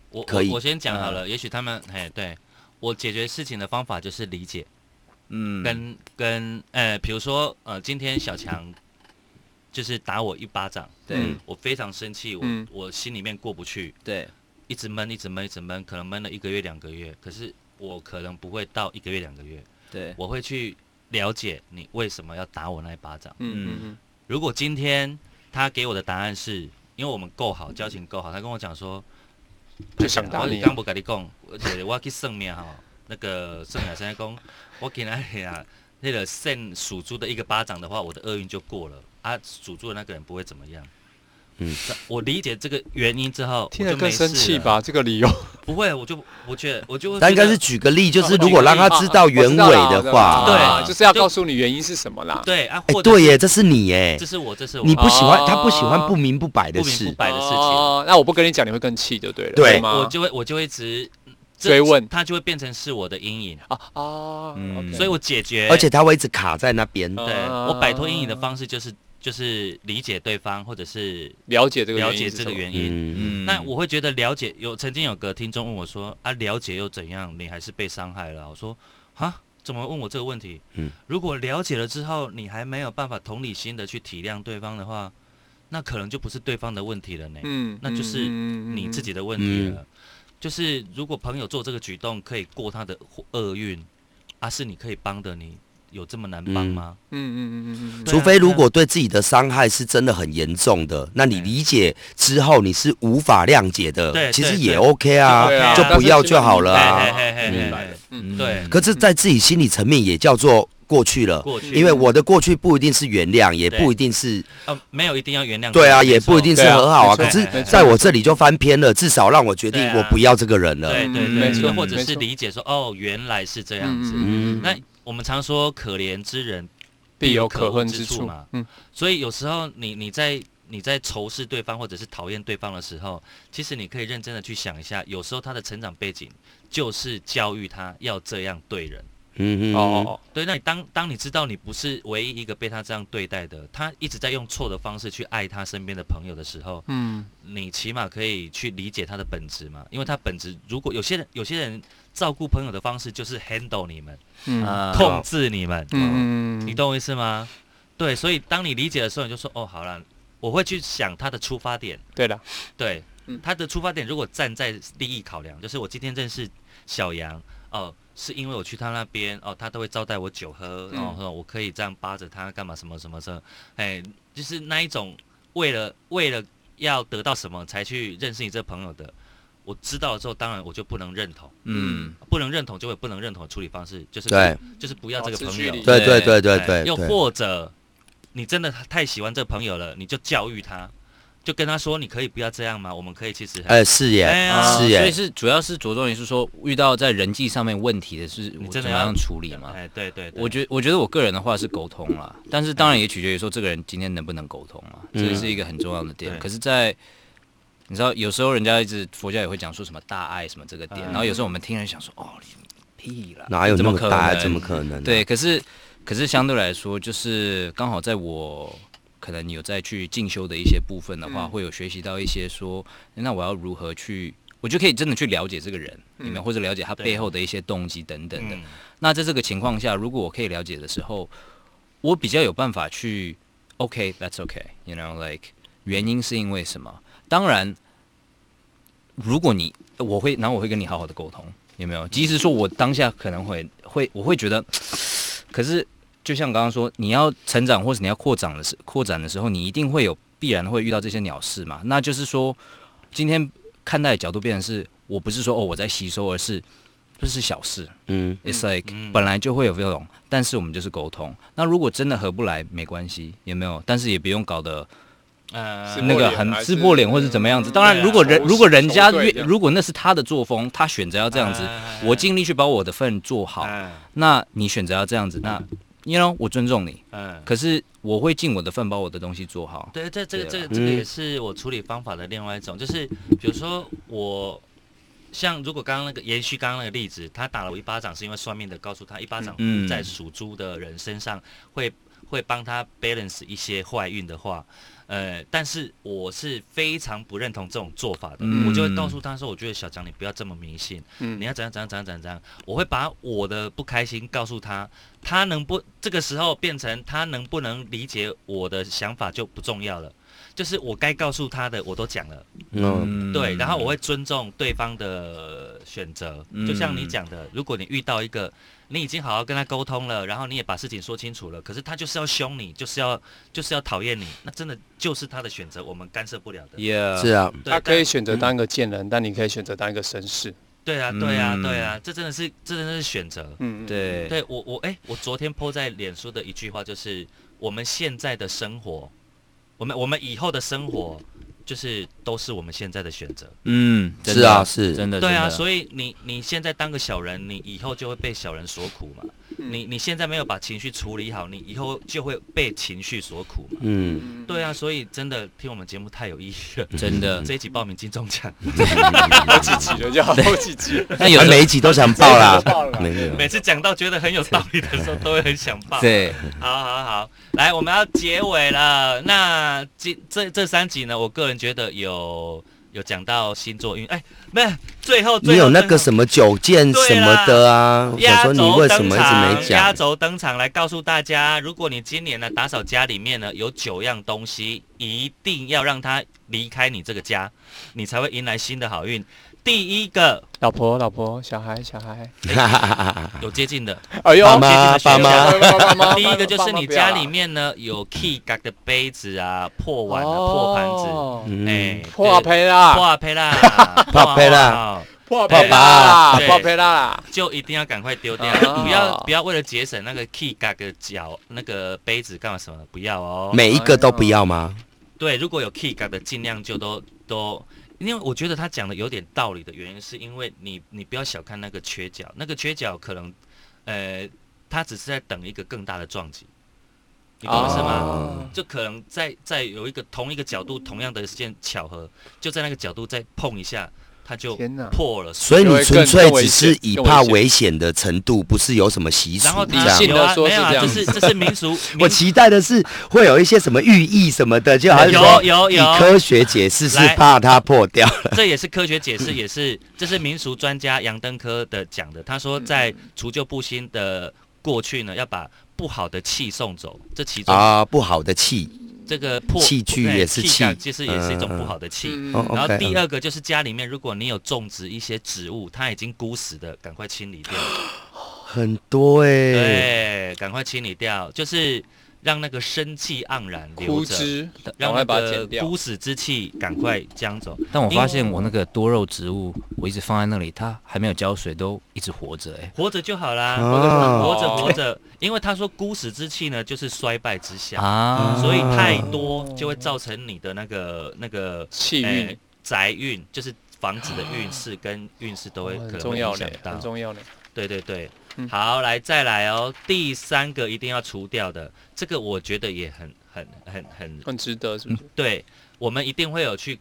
Speaker 1: 我
Speaker 3: 可以
Speaker 1: 我我先讲好了，也许他们哎，对我解决事情的方法就是理解，
Speaker 2: 嗯
Speaker 1: 跟跟呃，比如说呃，今天小强就是打我一巴掌，嗯
Speaker 2: 对
Speaker 1: 我非常生气，我
Speaker 4: 嗯
Speaker 1: 我心里面过不去，
Speaker 2: 对
Speaker 1: 一直闷，一直闷，一直闷，可能闷了一个月、两个月，可是我可能不会到一个月、两个月，
Speaker 2: 对，
Speaker 1: 我会去了解你为什么要打我那一巴掌。
Speaker 4: 嗯嗯
Speaker 1: 如果今天他给我的答案是因为我们够好，交情够好，他跟我讲说，
Speaker 4: 就想打你啊
Speaker 1: 我是刚不跟你讲，而且我要去算命哈，那个算命先讲，我给他呀，那个扇属猪的一个巴掌的话，我的厄运就过了啊，属猪的那个人不会怎么样。
Speaker 3: 嗯，
Speaker 1: 我理解这个原因之后，
Speaker 4: 听
Speaker 1: 我
Speaker 4: 得
Speaker 1: 就没
Speaker 4: 更生气
Speaker 1: 事了？
Speaker 4: 吧？这个理由，
Speaker 1: 不会，我就我觉得我就会
Speaker 3: 他应该
Speaker 1: 觉得
Speaker 3: 是举个例，就是
Speaker 1: 哦
Speaker 3: 如果让他知道原委 的话，
Speaker 1: 对
Speaker 4: 啊就是要
Speaker 1: 就
Speaker 4: 告诉你原因是什么啦。
Speaker 1: 对啊，
Speaker 3: 哎
Speaker 1: 或，者
Speaker 3: 对
Speaker 1: 是
Speaker 3: 耶，这是你耶
Speaker 1: 这，是我这是我
Speaker 3: 你不喜欢
Speaker 4: 哦
Speaker 3: 他不喜欢不明不白的
Speaker 1: 不明不
Speaker 3: 事，
Speaker 1: 白的事情，
Speaker 4: 哦，那我不跟你讲，你会更气就对了，
Speaker 3: 对
Speaker 1: 我
Speaker 4: 吗？
Speaker 1: 就会我就会一直这
Speaker 4: 追问
Speaker 1: 他就会变成是我的阴影，
Speaker 4: 啊啊
Speaker 2: 嗯
Speaker 4: OK
Speaker 1: 所以我解决，
Speaker 3: 而且他会一直卡在那边。
Speaker 4: 嗯
Speaker 1: 对
Speaker 4: 啊
Speaker 1: 我摆脱阴影的方式就是就是理解对方，或者是
Speaker 4: 了解这个原
Speaker 1: 了
Speaker 4: 因
Speaker 1: 解
Speaker 4: 是
Speaker 1: 这个
Speaker 4: 什么
Speaker 1: 原因。
Speaker 3: 嗯，
Speaker 2: 嗯
Speaker 1: 那我会觉得了解有曾经有个听众问我说啊，了解又怎样？你还是被伤害了啊。我说啊，怎么问我这个问题？
Speaker 3: 嗯
Speaker 1: 如果了解了之后，你还没有办法同理心的去体谅对方的话，那可能就不是对方的问题了呢。
Speaker 4: 嗯，
Speaker 1: 那就是你
Speaker 4: 你
Speaker 1: 自己的问题
Speaker 3: 嗯
Speaker 1: 了。就是如果朋友做这个举动可以过他的厄运，啊，是你可以帮的，你有这么难帮吗？
Speaker 4: 嗯嗯嗯嗯嗯
Speaker 1: 对啊
Speaker 3: 除非如果对自己的伤害是真的很严重的，那你理解之后你是无法谅解的，
Speaker 1: 对
Speaker 3: 其实
Speaker 1: 对
Speaker 3: 也
Speaker 1: 对
Speaker 3: OK 啊
Speaker 4: 对啊，
Speaker 3: 就不要就好了
Speaker 1: 嘿
Speaker 3: 啊。
Speaker 1: 嘿嘿嘿
Speaker 3: 明白
Speaker 1: 嘿
Speaker 4: 哎嗯
Speaker 1: 对
Speaker 3: 可是，在自己心理层面也叫做过去了，
Speaker 1: 过去，
Speaker 3: 因为我的过去不一定是原谅，也
Speaker 1: 对
Speaker 3: 不一定是
Speaker 1: 啊，没有一定要原谅。
Speaker 3: 对啊，
Speaker 1: 没错
Speaker 3: 也不一定是很好啊。
Speaker 4: 对
Speaker 3: 可
Speaker 4: 啊
Speaker 3: 是
Speaker 1: 没错
Speaker 3: 在我这里就翻篇了，至少让我决定
Speaker 1: 对啊
Speaker 3: 我不要这个人了。
Speaker 1: 对啊对
Speaker 4: 嗯没
Speaker 1: 对，
Speaker 4: 错
Speaker 1: 或者
Speaker 4: 没
Speaker 1: 是
Speaker 4: 错
Speaker 1: 理解说哦，原来是这
Speaker 4: 这
Speaker 1: 样子。
Speaker 3: 嗯
Speaker 1: 那我们常说可怜之人，
Speaker 4: 必有
Speaker 1: 可
Speaker 4: 可
Speaker 1: 恨
Speaker 4: 恨
Speaker 1: 之
Speaker 4: 之
Speaker 1: 处
Speaker 4: 处
Speaker 1: 嘛
Speaker 4: 嗯，
Speaker 1: 所以有时候你你在你在仇视对方或者是讨厌对方的时候，其实你可以认真的去想一下，有时候他的成长背景就是教育他要这样对人。
Speaker 3: 嗯
Speaker 4: 哦哦
Speaker 3: 嗯，
Speaker 4: 哦，
Speaker 1: 对，那你当当你知道你不是唯一一个被他这样对待的，他一直在用错的方式去爱他身边的朋友的时候，
Speaker 4: 嗯
Speaker 1: 你起码可以去理解他的本质嘛，因为他本质如果有些人有些人照顾朋友的方式就是 handle 你们，
Speaker 4: 嗯
Speaker 2: 啊
Speaker 4: 嗯
Speaker 1: 控制你们，
Speaker 4: 嗯，
Speaker 1: 啊你懂我意思吗？对，所以当你理解的时候，你就说哦，好了，我会去想他的出发点。
Speaker 4: 对了，
Speaker 1: 对，
Speaker 4: 嗯
Speaker 1: 他的出发点如果站在利益考量，就是我今天认识小杨哦，是因为我去他那边哦，他都会招待我酒喝，
Speaker 4: 嗯
Speaker 1: 然、后、我可以这样扒着他干嘛什么什么什么，哎，就是那一种为了为了要得到什么才去认识你这朋友的。我知道了之后，当然我就不能认同，
Speaker 2: 嗯
Speaker 1: 不能认同就会有不能认同的处理方式，就是
Speaker 3: 对
Speaker 1: 不就是不要这个
Speaker 4: 保持
Speaker 1: 朋
Speaker 4: 距
Speaker 1: 友
Speaker 4: 离，
Speaker 3: 对对
Speaker 2: 对
Speaker 3: 对对
Speaker 1: 哎
Speaker 3: 对
Speaker 1: 又
Speaker 3: 对，
Speaker 1: 或者你真的太喜欢这个朋友了，你就教育他，就跟他说，你可以不要这样吗？我们可以其实很
Speaker 3: 哎是耶，
Speaker 1: 哎
Speaker 2: 啊
Speaker 1: 呀，
Speaker 3: 是耶
Speaker 2: 所以是主要是着重于是说遇到在人际上面问题的是
Speaker 1: 你
Speaker 2: 我
Speaker 1: 真
Speaker 2: 怎
Speaker 1: 的
Speaker 2: 么
Speaker 1: 要
Speaker 2: 样处理嘛？
Speaker 1: 哎，对对对，
Speaker 2: 我觉我觉得我个人的话是沟通啦，但是当然也取决于说这个人今天能不能沟通嘛，
Speaker 3: 嗯
Speaker 2: 这是一个很重要的点
Speaker 1: 对。
Speaker 2: 可是，在你知道有时候人家一直佛教也会讲说什么大爱什么这个点，
Speaker 1: 嗯
Speaker 2: 然后有时候我们听人想说哦你屁啦，
Speaker 3: 哪有那
Speaker 2: 么
Speaker 3: 么
Speaker 2: 可
Speaker 3: 大啊？
Speaker 2: 能
Speaker 3: 怎么可能啊？
Speaker 2: 对，可是可是相对来说，就是刚好在我可能有在去进修的一些部分的话，
Speaker 4: 嗯
Speaker 2: 会有学习到一些说，那我要如何去，我就可以真的去了解这个人，你们、
Speaker 4: 嗯
Speaker 2: 或者了解他
Speaker 1: 对
Speaker 2: 背后的一些动机等等的。
Speaker 1: 嗯
Speaker 2: 那在这个情况下，如果我可以了解的时候，我比较有办法去，OK，that's OK，you、know like 原因是因为什么？当然，如果你我会，然后我会跟你好好的沟通，有没有？即使说我当下可能会会，我会觉得，可是就像刚刚说，你要成长或是你要扩展的时扩展的时候，你一定会有必然会遇到这些鸟事嘛。那就是说，今天看待的角度变成是我不是说哦我在吸收，而是这是小事
Speaker 3: 嗯，
Speaker 2: ，it's like、
Speaker 1: 嗯
Speaker 2: 本来就会有这种，但是我们就是沟通。那如果真的合不来，没关系，也没有，但是也不用搞得
Speaker 1: 呃
Speaker 4: 是
Speaker 2: 那个
Speaker 4: 脸
Speaker 2: 很
Speaker 4: 还
Speaker 2: 撕
Speaker 4: 是
Speaker 2: 破脸或是怎么样子。
Speaker 4: 嗯
Speaker 2: 当然，
Speaker 1: 对啊
Speaker 2: 如果人
Speaker 4: 仇
Speaker 2: 如果人家
Speaker 4: 仇对
Speaker 2: 越
Speaker 4: 这样
Speaker 2: 如果那是他的作风，他选择要这样子，我尽力去把我的份做好。
Speaker 1: 嗯
Speaker 2: 那你选择要这样子，那 you know 我尊重你，
Speaker 1: 嗯，
Speaker 2: 可是我会尽我的份把我的东西做好。
Speaker 1: 对，这这个这个
Speaker 3: 对啊
Speaker 1: 这个
Speaker 3: 嗯
Speaker 1: 也是我处理方法的另外一种，就是比如说我。像如果刚刚那个延续刚刚那个例子，他打了我一巴掌，是因为算命的告诉他，一巴掌
Speaker 2: 嗯
Speaker 1: 在属猪的人身上会会帮他 balance 一些坏运的话，呃，但是我是非常不认同这种做法的，
Speaker 2: 嗯
Speaker 1: 我就会告诉他说，我觉得小强你不要这么迷信，
Speaker 4: 嗯
Speaker 1: 你要怎样怎样怎样怎样怎样，我会把我的不开心告诉他，他能不这个时候变成他能不能理解我的想法就不重要了，就是我该告诉他的我都讲了，
Speaker 3: 嗯
Speaker 2: 嗯
Speaker 1: 对，然后我会尊重对方的选择，就像你
Speaker 2: 嗯
Speaker 1: 讲的，如果你遇到一个你已经好好跟他沟通了，然后你也把事情说清楚了，可是他就是要凶你，就是要就是要讨厌你，那真的就是他的选择，我们干涉不了的。
Speaker 2: ，yeah，
Speaker 3: 是啊，
Speaker 1: 对嗯
Speaker 4: 他可以
Speaker 1: 但
Speaker 4: 选择当一个贱人，但你可以选择当一个绅士。
Speaker 1: 对啊，对啊，
Speaker 2: 嗯
Speaker 1: 对啊，这真的是，这真的是选择。
Speaker 4: 嗯，
Speaker 2: 对，
Speaker 1: 对我我哎、我昨天 po 在脸书的一句话就是，我们现在的生活，我们我们以后的生活，就是都是我们现在的选择。
Speaker 2: 嗯，真的
Speaker 3: 是啊是
Speaker 2: 真的，
Speaker 1: 对啊，
Speaker 2: 真的
Speaker 1: 所以你你现在当个小人，你以后就会被小人所苦嘛。
Speaker 2: 嗯
Speaker 1: 你你现在没有把情绪处理好，你以后就会被情绪所苦嘛。
Speaker 3: 嗯，
Speaker 1: 对啊，所以真的听我们节目太有意义了。
Speaker 2: 真的，
Speaker 1: 这一集报名金钟奖，
Speaker 2: 嗯
Speaker 4: 好几集了，就好几集 了。
Speaker 2: 那有时候
Speaker 3: 他哎每一集都想爆啦
Speaker 4: 每一集都爆，了
Speaker 3: 没有，
Speaker 1: 每次讲到觉得很有道理的时候，都会很想报。
Speaker 2: 对，
Speaker 1: 好好好，来，我们要结尾了。那这这这三集呢，我个人觉得有有讲到星座运，哎，没有，最后最后
Speaker 3: 你有那个
Speaker 1: 最后
Speaker 3: 什么九件什么的啊？我想
Speaker 1: 压
Speaker 3: 说
Speaker 1: 轴登场，
Speaker 3: 你为什么一直没
Speaker 1: 压
Speaker 3: 讲？
Speaker 1: 轴登场来告诉大家，如果你今年呢打扫家里面呢有九样东西，一定要让它离开你这个家，你才会迎来新的好运。第一个
Speaker 4: 老婆，老婆，小孩，小孩。
Speaker 1: 有接近的，
Speaker 4: 哎呦，
Speaker 3: 爸妈，
Speaker 1: 接近的
Speaker 3: 爸妈，
Speaker 4: 爸妈，爸 妈
Speaker 1: 第一个就是你
Speaker 4: 啊
Speaker 1: 家里面呢有 key 的杯子啊、破碗啊、破盘子，
Speaker 4: 子，
Speaker 1: 哎
Speaker 3: 嗯，，
Speaker 4: 哦破啊
Speaker 1: 对
Speaker 4: 胚啦，
Speaker 1: 破胚啦，
Speaker 3: 破胚啦
Speaker 1: 哦，
Speaker 4: 破
Speaker 3: 破
Speaker 4: 胚
Speaker 3: 吧
Speaker 4: 啦，
Speaker 1: 对
Speaker 4: 破胚啦。
Speaker 1: 就一定要赶快丢掉，
Speaker 4: 哦
Speaker 1: 不要不要为了节省那个 key 嘎的脚那个杯子干嘛什么的，不要哦。
Speaker 3: 每一个都不要吗？
Speaker 1: 对，如果有 key 嘎的，尽量就都都。因为我觉得他讲的有点道理的原因，是因为你你不要小看那个缺角，那个缺角可能，呃，他只是在等一个更大的撞击，你懂我意思吗？
Speaker 4: 哦
Speaker 1: 就可能在在有一个同一个角度同样的事件巧合，就在那个角度再碰一下，它就
Speaker 4: 天哪
Speaker 1: 破了。
Speaker 3: 所以你纯粹只是以怕危险的程度，不是有什么习俗
Speaker 1: 然后
Speaker 3: 这
Speaker 1: 你
Speaker 3: 样，
Speaker 4: 信。
Speaker 1: 有啊
Speaker 4: 的说
Speaker 1: 没有啊，
Speaker 4: 是这
Speaker 1: 这
Speaker 4: 样
Speaker 1: 是这是民俗
Speaker 3: 我期待的是会有一些什么寓意什么的，就好像
Speaker 1: 有
Speaker 3: 说
Speaker 1: 有
Speaker 3: 以
Speaker 1: 有，
Speaker 3: 科学解释是
Speaker 1: 来
Speaker 3: 怕它破掉。
Speaker 1: 这也是科学解释，也是这是民俗专家杨登科的讲的。他
Speaker 3: 嗯
Speaker 1: 说，在除旧布新的过去呢，要把不好的气送走，这其中、
Speaker 3: 啊，不好的气。
Speaker 1: 这个破
Speaker 3: 器具
Speaker 1: 对
Speaker 3: 也是
Speaker 1: 气感
Speaker 3: 气
Speaker 1: 其实也是一种不好的气。
Speaker 4: 嗯
Speaker 3: 哦
Speaker 1: 然后
Speaker 3: OK，
Speaker 1: 第
Speaker 3: 嗯
Speaker 1: 二个就是家里面，如果你有种植一些植物，它已经枯死的，赶快清理掉。
Speaker 3: 很多哎，
Speaker 1: 对，赶快清理掉，就是让那个生气盎然留
Speaker 4: 枯
Speaker 1: 着，
Speaker 4: 枝，赶
Speaker 1: 让
Speaker 4: 快
Speaker 1: 那
Speaker 4: 把它
Speaker 1: 个
Speaker 4: 剪掉
Speaker 1: 枯。死之气赶快将走。
Speaker 2: 但我发现我那个多肉植物，我一直放在那里，它还没有浇水，都一直活着、哎，
Speaker 1: 活着就好啦，
Speaker 3: 哦
Speaker 1: 活着就好活着
Speaker 4: 哦
Speaker 1: 活着，因为他说枯死之气呢，就是衰败之象，
Speaker 2: 啊，
Speaker 1: 所以太多就会造成你的那个那个
Speaker 4: 气
Speaker 1: 呃
Speaker 4: 运
Speaker 1: 宅运，就是房子的运势跟运势都会可
Speaker 4: 很
Speaker 1: 能
Speaker 4: 重
Speaker 1: 会
Speaker 4: 要
Speaker 1: 影
Speaker 4: 呢
Speaker 1: 响，
Speaker 4: 很
Speaker 1: 到。
Speaker 4: 重要呢。
Speaker 1: 对对对，
Speaker 4: 嗯
Speaker 1: 好，来再来哦，第三个一定要除掉的，这个我觉得也很很很很
Speaker 4: 很值得，是不是？
Speaker 1: 对，我们一定会有去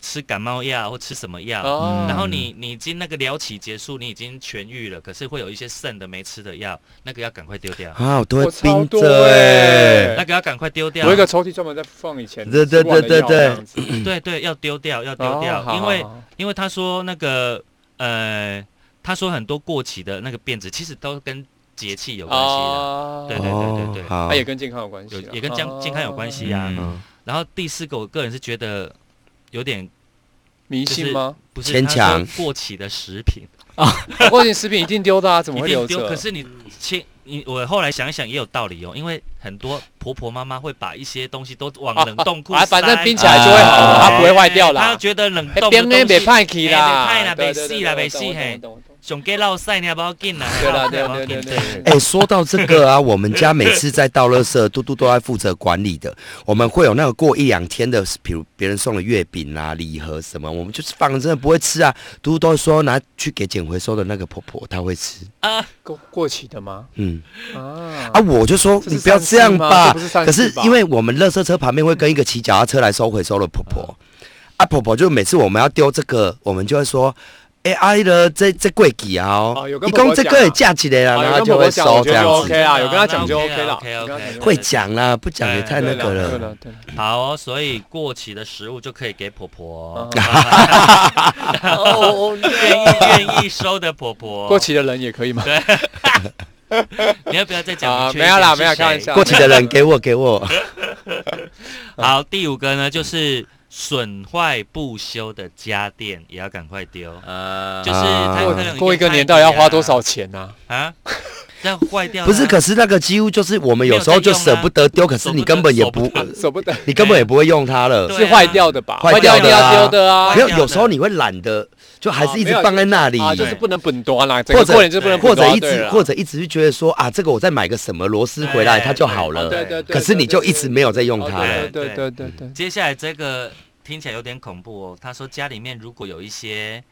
Speaker 1: 吃感冒药或吃什么药。
Speaker 4: 哦，
Speaker 1: 然后你你已经那个疗期结束，你已经痊愈了，可是会有一些剩的没吃的药，那个要赶快丢掉，
Speaker 3: 啊，我都
Speaker 4: 我
Speaker 3: 会
Speaker 4: 超
Speaker 3: 冰
Speaker 4: 多
Speaker 3: 着哎。
Speaker 4: 欸
Speaker 1: 那个要赶快丢掉。
Speaker 4: 我有一个抽屉专门在放以前
Speaker 3: 对对
Speaker 4: 吃完的
Speaker 3: 对
Speaker 4: 药
Speaker 3: 对
Speaker 4: 这样子
Speaker 1: 对对，要丢掉，要丢掉，
Speaker 4: 哦好
Speaker 1: 因为
Speaker 4: 好好
Speaker 1: 因为他说那个呃，他说很多过期的那个辫子，其实都跟节气有关系的，
Speaker 4: 啊
Speaker 1: 对对
Speaker 3: 哦，
Speaker 1: 对
Speaker 3: 好
Speaker 4: 它，也跟健康有关系
Speaker 1: 有
Speaker 4: 啦，
Speaker 1: 也跟健健康有关系
Speaker 4: 啊。
Speaker 1: 啊。
Speaker 2: 嗯
Speaker 1: 然后第四个，我个人是觉得有点
Speaker 4: 迷信吗？
Speaker 1: 不是
Speaker 3: 牵
Speaker 1: 他
Speaker 3: 强
Speaker 1: 说过期的食品，
Speaker 4: 过期食品一定丢的啊，怎么
Speaker 1: 一
Speaker 4: 会
Speaker 1: 定
Speaker 4: 留
Speaker 1: 丢。
Speaker 4: 着
Speaker 1: 可？是你切你我后来想一想也有道理哦，因为很多婆婆妈妈会把一些东西都往冷冻库塞、
Speaker 4: 啊，反正冰起来就会好了，
Speaker 2: 啊
Speaker 4: 它不会坏掉
Speaker 1: 他
Speaker 4: 啦。
Speaker 1: 觉得冷
Speaker 4: 哎
Speaker 1: 冻的
Speaker 4: 冰
Speaker 1: 东
Speaker 4: 诶
Speaker 1: 西
Speaker 4: 别派去啦，
Speaker 1: 哎别派啦
Speaker 4: 对
Speaker 1: 别死啦别死嘿。熊给老晒，你要不要进来？
Speaker 4: 对啦
Speaker 1: 你要不要
Speaker 4: 对对
Speaker 1: 进
Speaker 4: 对对对
Speaker 3: 哎、说到这个啊，我们家每次在倒垃圾，嘟嘟都在负责管理的。我们会有那个过一两天的，比如别人送的月饼啦、礼盒什么，我们就是放着真的不会吃啊。嘟嘟都会说拿去给捡回收的那个婆婆，她会吃。
Speaker 1: 啊，
Speaker 4: 过过期的吗？
Speaker 3: 嗯，
Speaker 4: 啊
Speaker 3: 啊，我就说
Speaker 4: 这是
Speaker 3: 你不要这样
Speaker 4: 丧尸吗这
Speaker 3: 吧
Speaker 4: 不是。丧
Speaker 3: 可
Speaker 4: 尸
Speaker 3: 是
Speaker 4: 吧
Speaker 3: 因为我们垃圾车旁边会跟一个骑脚踏车来收回收的婆婆，啊，婆婆就每次我们要丢这个，我们就会说。哎、阿姨的这这贵几啊？哦
Speaker 4: 哦有，跟
Speaker 3: 一
Speaker 4: 婆
Speaker 3: 共
Speaker 4: 婆
Speaker 3: 这
Speaker 4: 讲啊
Speaker 3: 个也架起来了，
Speaker 4: 啊
Speaker 3: 然
Speaker 4: 有
Speaker 3: 后
Speaker 4: 跟
Speaker 3: 就
Speaker 4: 婆
Speaker 3: 会
Speaker 4: 婆讲，
Speaker 3: 收
Speaker 4: 我
Speaker 3: 这
Speaker 4: 觉得
Speaker 3: 样
Speaker 4: 就
Speaker 3: 子。
Speaker 4: OK 啦，有跟她讲就
Speaker 1: 那
Speaker 4: OK 啦
Speaker 1: OK，OK，OK
Speaker 4: 有跟她讲就 OK 啦。
Speaker 3: 会讲啦，不讲也太那个
Speaker 4: 对
Speaker 3: 了。
Speaker 4: 了对了，
Speaker 1: 好哦，所以过期的食物就可以给婆 婆，
Speaker 4: 哦
Speaker 1: 愿意愿意收的婆婆。
Speaker 4: 过，期的人也可以吗？
Speaker 1: 你要不要再讲明
Speaker 4: 啊，
Speaker 1: 确一
Speaker 4: 没
Speaker 1: 点
Speaker 4: 有啦，
Speaker 1: 是
Speaker 4: 没有，
Speaker 1: 谁
Speaker 4: 开玩笑。
Speaker 3: 过期的人给我给我，
Speaker 1: 好，第五个呢就是损坏不修的家电也要赶快丢，
Speaker 2: 呃
Speaker 1: 就是
Speaker 3: 啊
Speaker 1: 它有可能已经
Speaker 4: 过一个年到底要花多少
Speaker 1: 坏
Speaker 4: 钱呢？
Speaker 1: 掉了啊？ 这样坏掉了啊
Speaker 3: 不是？可是那个几乎就是我们有时候就舍不得丢，可是你根本也不，
Speaker 4: 舍不得，
Speaker 3: 你根本也不会用它了。
Speaker 1: 对啊
Speaker 4: 是坏掉的吧？
Speaker 3: 坏掉
Speaker 4: 掉一定
Speaker 3: 的啊
Speaker 4: 要丢的啊
Speaker 3: 没。有，有时候你会懒得，就还是一直放在那里，
Speaker 4: 啊，就是不能本端啦，整
Speaker 3: 或
Speaker 4: 个
Speaker 3: 者
Speaker 4: 过年就不能
Speaker 3: 或
Speaker 4: 本
Speaker 3: 者
Speaker 4: 端
Speaker 3: 一
Speaker 4: 对
Speaker 3: 直
Speaker 4: 啦
Speaker 3: 或者一直就觉得说啊，这个我再买个什么螺丝回来
Speaker 1: 对
Speaker 3: 它就好了
Speaker 1: 对，
Speaker 4: 对对对，
Speaker 3: 可是你就一直没有在用它了。
Speaker 4: 哦对对对对对，
Speaker 1: 接下来这个听起来有点恐怖哦。他说家里面如果有一些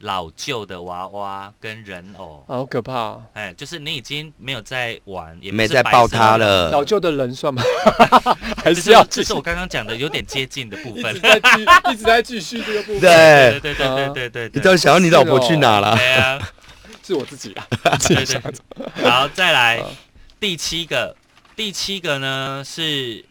Speaker 1: 老旧的娃娃跟人偶，
Speaker 4: 好可怕哦！
Speaker 1: 哎，就是你已经没有在玩，也不
Speaker 3: 没
Speaker 1: 是
Speaker 3: 再
Speaker 1: 白啊
Speaker 3: 抱
Speaker 1: 色
Speaker 3: 它
Speaker 1: 的，
Speaker 4: 老
Speaker 3: 了，
Speaker 4: 旧的 人算吗？
Speaker 1: 这
Speaker 4: 还是要
Speaker 1: 是这
Speaker 4: 继
Speaker 1: 是
Speaker 4: 续
Speaker 1: 我刚刚讲的有点接近的部
Speaker 4: 一
Speaker 1: 分
Speaker 4: 直。在继一直在继续这个部
Speaker 1: 对
Speaker 4: 分，
Speaker 3: 对，啊
Speaker 1: 对对对对对
Speaker 3: 你
Speaker 1: 对
Speaker 3: 到底想要你老婆
Speaker 4: 哦
Speaker 3: 去哪了？
Speaker 1: 对啊，
Speaker 4: 是我自己啊。
Speaker 1: 对对。对好，再来
Speaker 4: 好
Speaker 1: 第七个，第七个呢是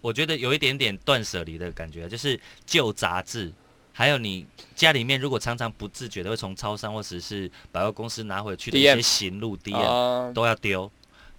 Speaker 1: 我觉得有一点点断舍离的感觉，就是旧杂志。还有你家里面如果常常不自觉的会从超商或者是百货公司拿回去的一
Speaker 4: DM
Speaker 1: 些行
Speaker 3: 哦
Speaker 1: 路 DM，
Speaker 4: 啊，
Speaker 1: 都要丢。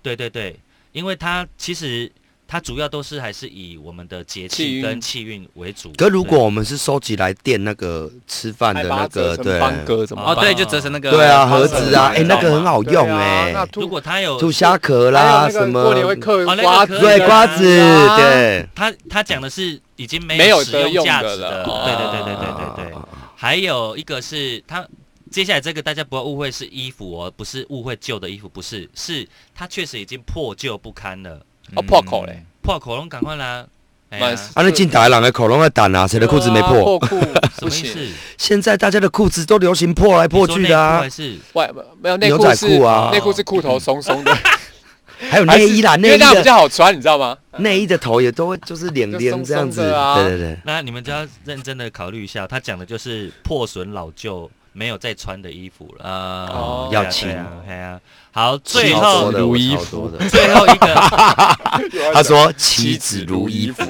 Speaker 1: 对对对，因为它其实它主要都是还是以我们的节
Speaker 4: 气
Speaker 1: 气
Speaker 4: 运
Speaker 1: 跟气运为主。
Speaker 3: 可如果我们是收集来垫那个吃饭的
Speaker 4: 还
Speaker 3: 那
Speaker 4: 把它折
Speaker 3: 个，
Speaker 4: 成
Speaker 3: 对，
Speaker 4: 方格怎么
Speaker 2: 哦
Speaker 4: 办？
Speaker 2: 对，就折成那个
Speaker 3: 对啊，
Speaker 2: 方
Speaker 3: 盒
Speaker 2: 形
Speaker 3: 子啊，
Speaker 2: 的
Speaker 3: 哎、那个很好用
Speaker 4: 对啊
Speaker 3: 哎、
Speaker 4: 那
Speaker 1: 对
Speaker 4: 吐
Speaker 1: 如果它有
Speaker 3: 吐虾壳
Speaker 4: 还有
Speaker 3: 啦，
Speaker 4: 那个
Speaker 3: 什么
Speaker 4: 过年会嗑
Speaker 1: 哦那个
Speaker 4: 瓜
Speaker 1: 可
Speaker 4: 子
Speaker 1: 以
Speaker 4: 啊，
Speaker 3: 对瓜子，
Speaker 4: 啊，
Speaker 3: 对，
Speaker 1: 它它讲的是已经没
Speaker 4: 没有
Speaker 1: 使
Speaker 4: 得
Speaker 1: 用
Speaker 4: 用
Speaker 1: 价
Speaker 4: 的
Speaker 1: 值
Speaker 4: 了
Speaker 3: 哦
Speaker 1: 对对对对对对对。
Speaker 3: 啊
Speaker 1: 还有一个是它。接下来这个大家不要误会是衣服哦，不是误会旧的衣服，不是，是它确实已经破旧不堪了，嗯
Speaker 4: 哦破口
Speaker 3: 嗯
Speaker 4: 嘞，
Speaker 1: 破口龙赶快啦！哎呀
Speaker 4: 蛮
Speaker 1: 什
Speaker 3: 啊，那进台人的口龙在胆啊，谁的裤子没
Speaker 4: 对啊
Speaker 3: 破？
Speaker 4: 破 裤
Speaker 1: 么
Speaker 4: 不
Speaker 1: 意思
Speaker 4: 行，？
Speaker 3: 现在大家的裤子都流行破来破去的啊
Speaker 1: 你，说内裤
Speaker 4: 外没有内
Speaker 3: 牛
Speaker 4: 裤
Speaker 3: 仔
Speaker 4: 是
Speaker 3: 裤啊
Speaker 4: 内裤是裤头松松的，
Speaker 3: 还有
Speaker 4: 还是
Speaker 3: 内衣啦，
Speaker 4: 因
Speaker 3: 内
Speaker 4: 为
Speaker 3: 衣
Speaker 4: 那样比
Speaker 3: 的
Speaker 4: 较好穿，你知道吗？
Speaker 3: 内衣的头也都会就是脸
Speaker 4: 就
Speaker 3: 脸
Speaker 4: 松
Speaker 3: 这样
Speaker 4: 松
Speaker 3: 子，
Speaker 4: 的啊
Speaker 3: 对对对。
Speaker 1: 那你们就要认真的考虑一下，他讲的就是破损老旧、没有再穿的衣服了。
Speaker 2: 呃，
Speaker 4: 哦
Speaker 3: 要
Speaker 1: 对啊
Speaker 3: 清
Speaker 1: 对啊对啊好，最
Speaker 3: 超多
Speaker 1: 后
Speaker 3: 的
Speaker 4: 如
Speaker 3: 我
Speaker 4: 衣
Speaker 3: 超
Speaker 4: 服
Speaker 3: 多的
Speaker 1: 最后一个，
Speaker 3: 他说妻子如衣服，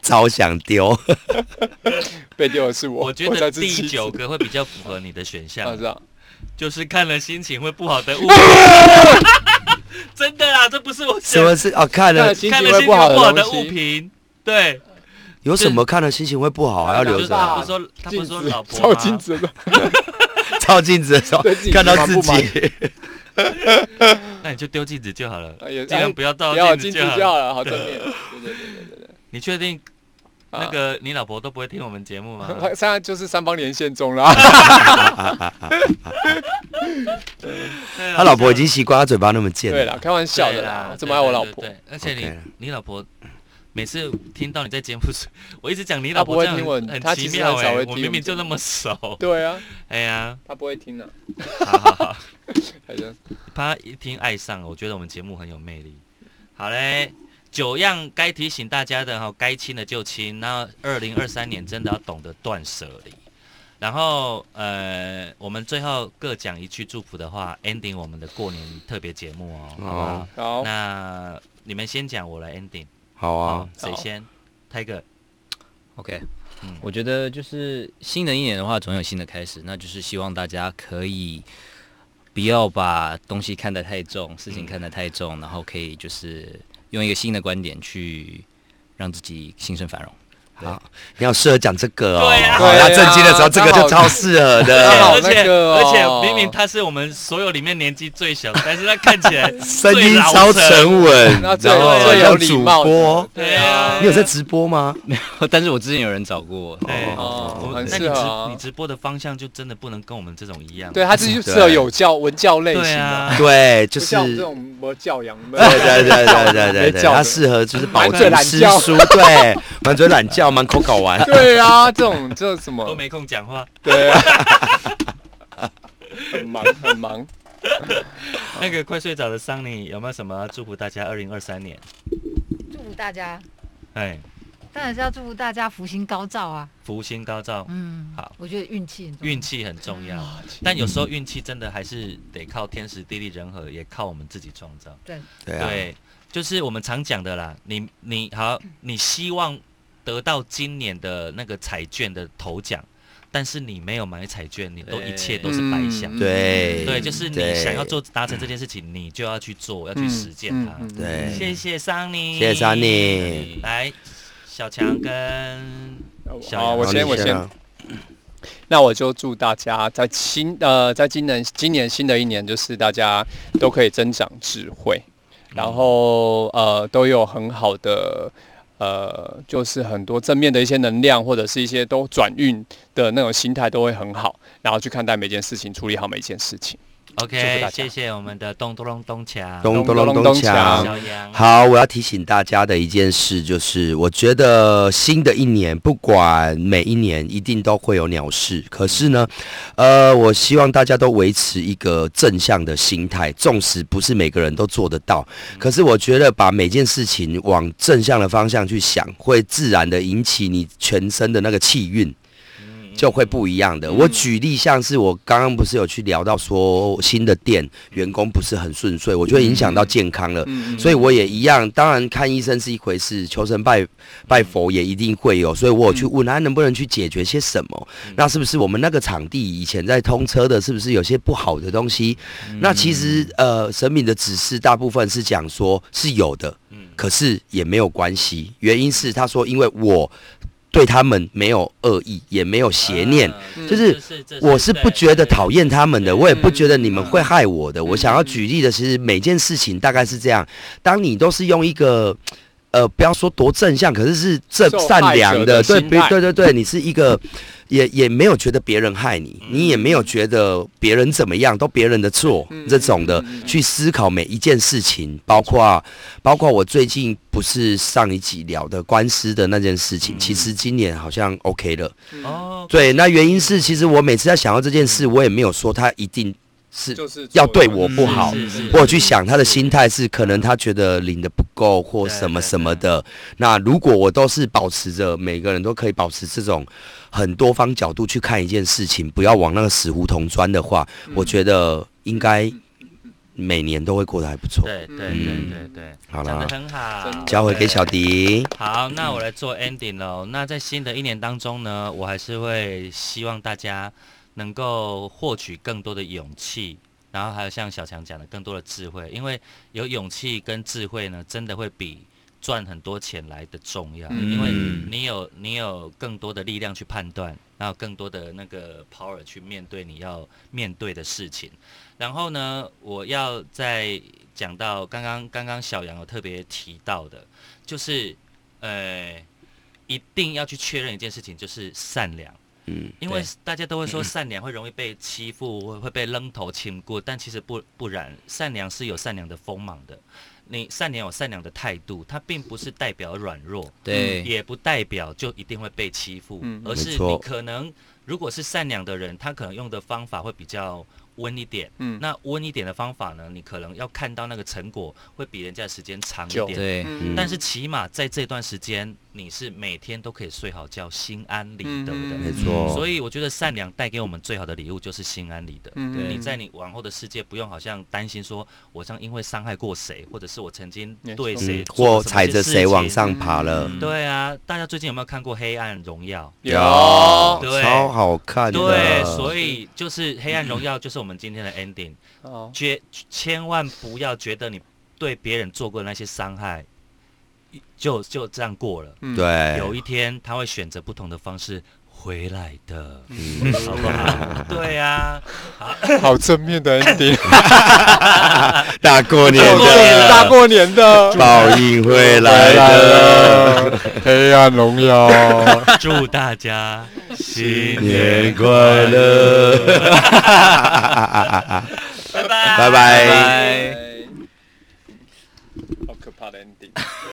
Speaker 3: 超想丢。
Speaker 4: 被丢的是我，
Speaker 1: 我觉
Speaker 4: 才
Speaker 1: 得
Speaker 4: 是妻
Speaker 1: 第
Speaker 4: 子
Speaker 1: 九个会比较符合你的选
Speaker 4: 啊，
Speaker 1: 项
Speaker 4: 知，道
Speaker 1: 就是看了心情会不好 的物品。真的啦，这不是我
Speaker 3: 什
Speaker 1: 想
Speaker 3: 么是啊？看
Speaker 4: 看
Speaker 3: 了
Speaker 4: 了心
Speaker 1: 看
Speaker 4: 情
Speaker 1: 了心情
Speaker 4: 会不好
Speaker 1: 会不好的
Speaker 4: 东
Speaker 1: 物
Speaker 4: 西，
Speaker 1: 品，对，
Speaker 3: 有什么看了心情会不好，还要
Speaker 4: 就
Speaker 1: 就
Speaker 3: 留
Speaker 1: 是
Speaker 3: 着
Speaker 1: 他不
Speaker 3: 啊
Speaker 1: 是？说他不
Speaker 4: 镜
Speaker 1: 是说
Speaker 4: 子
Speaker 1: 老婆
Speaker 4: 照
Speaker 1: 吗？
Speaker 4: 镜子的，
Speaker 3: 照镜子的时候
Speaker 4: 对自己
Speaker 3: 看到自
Speaker 4: 喜欢
Speaker 3: 己，
Speaker 1: 那你就丢镜子就好了，
Speaker 4: 哎呀
Speaker 1: 尽量不要
Speaker 4: 不
Speaker 1: 照
Speaker 4: 要
Speaker 1: 镜
Speaker 4: 镜
Speaker 1: 子
Speaker 4: 子
Speaker 1: 就好
Speaker 4: 就
Speaker 1: 了。
Speaker 4: 好了，好正 面。对对对对对对，
Speaker 1: 你确定那
Speaker 4: 啊
Speaker 1: 个你老婆都不会听我们节目 吗？啊
Speaker 4: 现在就是三方连线中 啦。
Speaker 3: 他老婆已经习惯他嘴巴那么贱
Speaker 4: 对
Speaker 3: 了
Speaker 4: 啦，。开玩笑
Speaker 1: 对
Speaker 4: 的
Speaker 1: 啦
Speaker 4: 啦，，
Speaker 1: 对
Speaker 4: 我这么爱我老
Speaker 1: 对
Speaker 4: 婆
Speaker 1: 对，对而且你
Speaker 3: OK
Speaker 1: 你老婆每次听到你在节目时，我一直讲你
Speaker 4: 她
Speaker 1: 老婆
Speaker 4: 不会
Speaker 1: 这样
Speaker 4: 听
Speaker 1: 很
Speaker 4: 我
Speaker 1: 很
Speaker 4: 她
Speaker 1: 奇
Speaker 4: 其实
Speaker 1: 妙
Speaker 4: 很少
Speaker 1: 哎，
Speaker 4: 会
Speaker 1: 我
Speaker 4: 听
Speaker 1: 明
Speaker 4: 我
Speaker 1: 明
Speaker 4: 们
Speaker 1: 就
Speaker 4: 节
Speaker 1: 那么熟，
Speaker 4: 对啊，
Speaker 1: 哎呀，
Speaker 4: 他不会听的，
Speaker 1: 好好 好，
Speaker 4: 还是
Speaker 1: 怕她一听爱上了，我觉得我们节目很有魅力。好嘞。九样该提醒大家的哈，该清的就清。那二零二三年真的要懂得断舍离。然后呃，我们最后各讲一句祝福的话，ending 我们的过年特别节目哦，好不好
Speaker 3: 哦？
Speaker 4: 好，
Speaker 1: 那你们先讲，我来 ending。
Speaker 3: 好啊
Speaker 1: 好，，谁
Speaker 4: 好
Speaker 1: 先？Tiger，
Speaker 2: OK，
Speaker 1: 嗯
Speaker 2: 我觉得就是新的一年的话，总有新的开始，那就是希望大家可以不要把东西看得太重，事情看得太重，然后可以就是用一个新的观点去让自己心生繁荣。
Speaker 3: 好，你好适合讲这个哦。
Speaker 1: 对啊
Speaker 3: 好他
Speaker 4: 对啊
Speaker 3: 正经的时候，这个就超适合
Speaker 4: 刚
Speaker 3: 的。
Speaker 4: 好
Speaker 1: 而且
Speaker 4: 那个
Speaker 1: 而且
Speaker 4: 哦
Speaker 1: 明明他是我们所有里面年纪最小，但是他看起来
Speaker 3: 声
Speaker 1: 最
Speaker 3: 音
Speaker 1: 老
Speaker 3: 超沉稳，
Speaker 4: 那最
Speaker 3: 然后
Speaker 1: 最
Speaker 4: 有
Speaker 3: 像
Speaker 4: 礼
Speaker 3: 主
Speaker 4: 貌的
Speaker 3: 播。
Speaker 1: 对啊，
Speaker 3: 你有在直播吗？
Speaker 2: 但是我之前有人找过我，
Speaker 1: 对
Speaker 4: 哦
Speaker 1: 我
Speaker 4: 很
Speaker 1: 那你
Speaker 4: 适合
Speaker 1: 直
Speaker 4: 啊
Speaker 1: 你直播的方向就真的不能跟我们这种一样。
Speaker 4: 对他自己就适合有教文教类型
Speaker 1: 对
Speaker 4: 的，
Speaker 1: 啊，
Speaker 3: 对，就
Speaker 4: 不
Speaker 3: 是
Speaker 4: 像我们这种没教养的。
Speaker 3: 对对对对对对
Speaker 4: 没
Speaker 3: 对，
Speaker 4: 教
Speaker 3: 他
Speaker 4: 的
Speaker 3: 适合就是饱
Speaker 4: 满嘴
Speaker 3: 读
Speaker 4: 懒
Speaker 3: 诗
Speaker 4: 觉
Speaker 3: 书，对，满嘴懒觉，满口搞完。
Speaker 4: 对啊，这种这 什
Speaker 1: 都
Speaker 4: 么？
Speaker 1: 没空讲话。
Speaker 4: 对啊，很忙很忙。
Speaker 1: 那个快睡着的桑尼有没有什么祝福大家二零二三年？
Speaker 6: 祝福大家，
Speaker 1: 哎，
Speaker 6: 当然是要祝福大家福星高照啊。
Speaker 1: 福星高照，
Speaker 6: 嗯，
Speaker 1: 好，
Speaker 6: 我觉得运气很重要
Speaker 1: 运气很重要，但有时候运气真的还是得靠天时地利人和，也靠我们自己创造。
Speaker 6: 对，
Speaker 3: 对啊，
Speaker 1: 对，就是我们常讲的啦，你你好，你希望得到今年的那个彩券的头奖，但是你没有买彩券，你都一切都是白想。
Speaker 4: 嗯
Speaker 3: 对
Speaker 1: 对，就是你
Speaker 3: 对
Speaker 1: 想要做达成这件事情，你就要去做，要去实践它。
Speaker 4: 嗯嗯嗯
Speaker 3: 对
Speaker 1: 谢谢桑尼，
Speaker 3: 谢谢桑尼
Speaker 1: 来，小强
Speaker 3: 嗯
Speaker 1: 跟小
Speaker 4: 好，
Speaker 1: 杨
Speaker 4: 我
Speaker 3: 好
Speaker 4: 先
Speaker 3: 你
Speaker 4: 我先
Speaker 3: 啊
Speaker 4: 那我就祝大家在新呃，在今年今年新的一年，就是大家都可以增长智慧，
Speaker 1: 嗯
Speaker 4: 然后呃都有很好的呃，就是很多正面的一些能量，或者是一些都转运的那种心态都会很好，然后去看待每件事情，处理好每一件事情。祝福
Speaker 1: ，OK，
Speaker 4: 大家
Speaker 1: 谢谢我们的咚咚咚咚锵，
Speaker 3: 咚咚咚
Speaker 4: 咚
Speaker 3: 咚
Speaker 4: 咚
Speaker 3: 锵
Speaker 4: 锵。
Speaker 1: 小杨，
Speaker 3: 好，我要提醒大家的一件事就是，我觉得新的一年，不管每一年，一定都会有鸟事。可是呢，呃，我希望大家都维持一个正向的心态，纵使不是每个人都做得到，可是我觉得把每件事情往正向的方向去想，会自然的引起你全身的那个气运。就会不一样的。我举例，像是我刚刚不是有去聊到说新的店员工不是很顺遂，我觉得影响到健康了。
Speaker 4: 嗯
Speaker 3: 所以我也一样，当然看医生是一回事，求神拜拜佛也一定会有，所以我有去问他能不能去解决些什么。那是不是我们那个场地以前在通车的，是不是有些不好的东西？那其实呃，神明的指示大部分是讲说是有的，可是也没有关系，原因是他说因为我对他们没有恶意，也没有邪念，
Speaker 1: 嗯
Speaker 3: 就是
Speaker 1: 这
Speaker 3: 我是不觉得讨厌他们的，
Speaker 1: 对
Speaker 3: 我也不觉得你们会害我
Speaker 4: 嗯
Speaker 3: 的。我想要举例的，其实每件事情大概是这样：当你都是用一个，呃，不要说多正向，可是是正
Speaker 4: 受害者
Speaker 3: 善良
Speaker 4: 的
Speaker 3: 对，
Speaker 4: 心
Speaker 3: 别
Speaker 4: 态
Speaker 3: 对对对，你是一个，也也没有觉得别人害
Speaker 4: 嗯
Speaker 3: 你，你也没有觉得别人怎么样，都别人的错
Speaker 4: 嗯
Speaker 3: 这种的
Speaker 4: 嗯嗯嗯，嗯
Speaker 3: 去思考每一件事情，包括包括我最近不是上一集聊的官司的那件事
Speaker 4: 嗯
Speaker 3: 情，其实今年好像 OK 了。
Speaker 1: 哦，
Speaker 3: 对，那原因是其实我每次在想到这件事，我也没有说他一定是
Speaker 4: 就是
Speaker 3: 要对我不好
Speaker 1: 是是，是
Speaker 3: 我有去想他的心态是可能他觉得领的不够或什么什么的。那如果我都是保持着每个人都可以保持这种很多方角度去看一件事情，不要往那个死胡同钻的话，
Speaker 1: 嗯
Speaker 3: 我觉得应该每年都会过得还不错。
Speaker 1: 对对对
Speaker 3: 嗯
Speaker 1: 对对，
Speaker 3: 好
Speaker 1: 讲的，
Speaker 3: 啦
Speaker 1: 很
Speaker 4: 真
Speaker 1: 好
Speaker 4: 的。
Speaker 3: 交回给小迪。
Speaker 1: 好，那我来做 ending 喽。那在新的一年当中呢，我还是会希望大家能够获取更多的勇气，然后还有像小强讲的更多的智慧，因为有勇气跟智慧呢，真的会比赚很多钱来的重要，
Speaker 4: 嗯
Speaker 1: 因为你有你有更多的力量去判断，然后更多的那个 power 去面对你要面对的事情。然后呢，我要再讲到刚刚刚刚小杨有特别提到的，就是呃，一定要去确认一件事情，就是善良。
Speaker 3: 嗯，
Speaker 1: 因为
Speaker 2: 对
Speaker 1: 大家都会说善良会容易被欺负，会会被扔头亲过，但其实不不然，善良是有善良的锋芒的。你善良有善良的态度，它并不是代表软弱，
Speaker 2: 对
Speaker 1: 也不代表就一定会被欺负，
Speaker 4: 嗯
Speaker 1: 而
Speaker 3: 没
Speaker 1: 是你
Speaker 3: 错
Speaker 1: 可能如果是善良的人，他可能用的方法会比较温一点。
Speaker 4: 嗯
Speaker 1: 那温一点的方法呢，你可能要看到那个成果会比人家时间长一
Speaker 4: 久
Speaker 1: 点。
Speaker 2: 对，
Speaker 3: 嗯
Speaker 1: 但是起码在这段时间，你是每天都可以睡好觉，心安理得
Speaker 4: 嗯
Speaker 1: 的。
Speaker 3: 没错
Speaker 1: 所以我觉得善良带给我们最好的礼物就是心安理得。
Speaker 4: 嗯
Speaker 1: 对
Speaker 4: 对
Speaker 1: 你在你往后的世界不用好像担心说，我像因为伤害过谁，或者是我曾经对
Speaker 4: 没错
Speaker 1: 谁
Speaker 3: 嗯，或
Speaker 1: 做了什么
Speaker 3: 踩着谁
Speaker 1: 事情
Speaker 3: 往。上爬了，
Speaker 4: 嗯
Speaker 1: 对啊，大家最近有没有看过《黑暗荣耀》？
Speaker 4: 有
Speaker 1: 对
Speaker 3: 超好看的。
Speaker 1: 对，所以就是《黑暗荣耀》就是我们今天的 ending，
Speaker 4: 哦
Speaker 1: 绝千万不要觉得你对别人做过的那些伤害，就就这样过了。
Speaker 4: 嗯，
Speaker 3: 对，
Speaker 1: 有一天他会选择不同的方式回来的，好不好？对啊，
Speaker 4: 好正面 的 ending，
Speaker 3: 大过年
Speaker 4: 大过年的大
Speaker 3: 的，
Speaker 4: 过年的
Speaker 3: 报应会来
Speaker 4: 回来
Speaker 3: 的，
Speaker 4: 了，黑暗荣耀，
Speaker 1: 祝大家 新
Speaker 3: 年快乐，
Speaker 1: 拜拜
Speaker 3: 拜拜。
Speaker 4: 好可怕的 ending。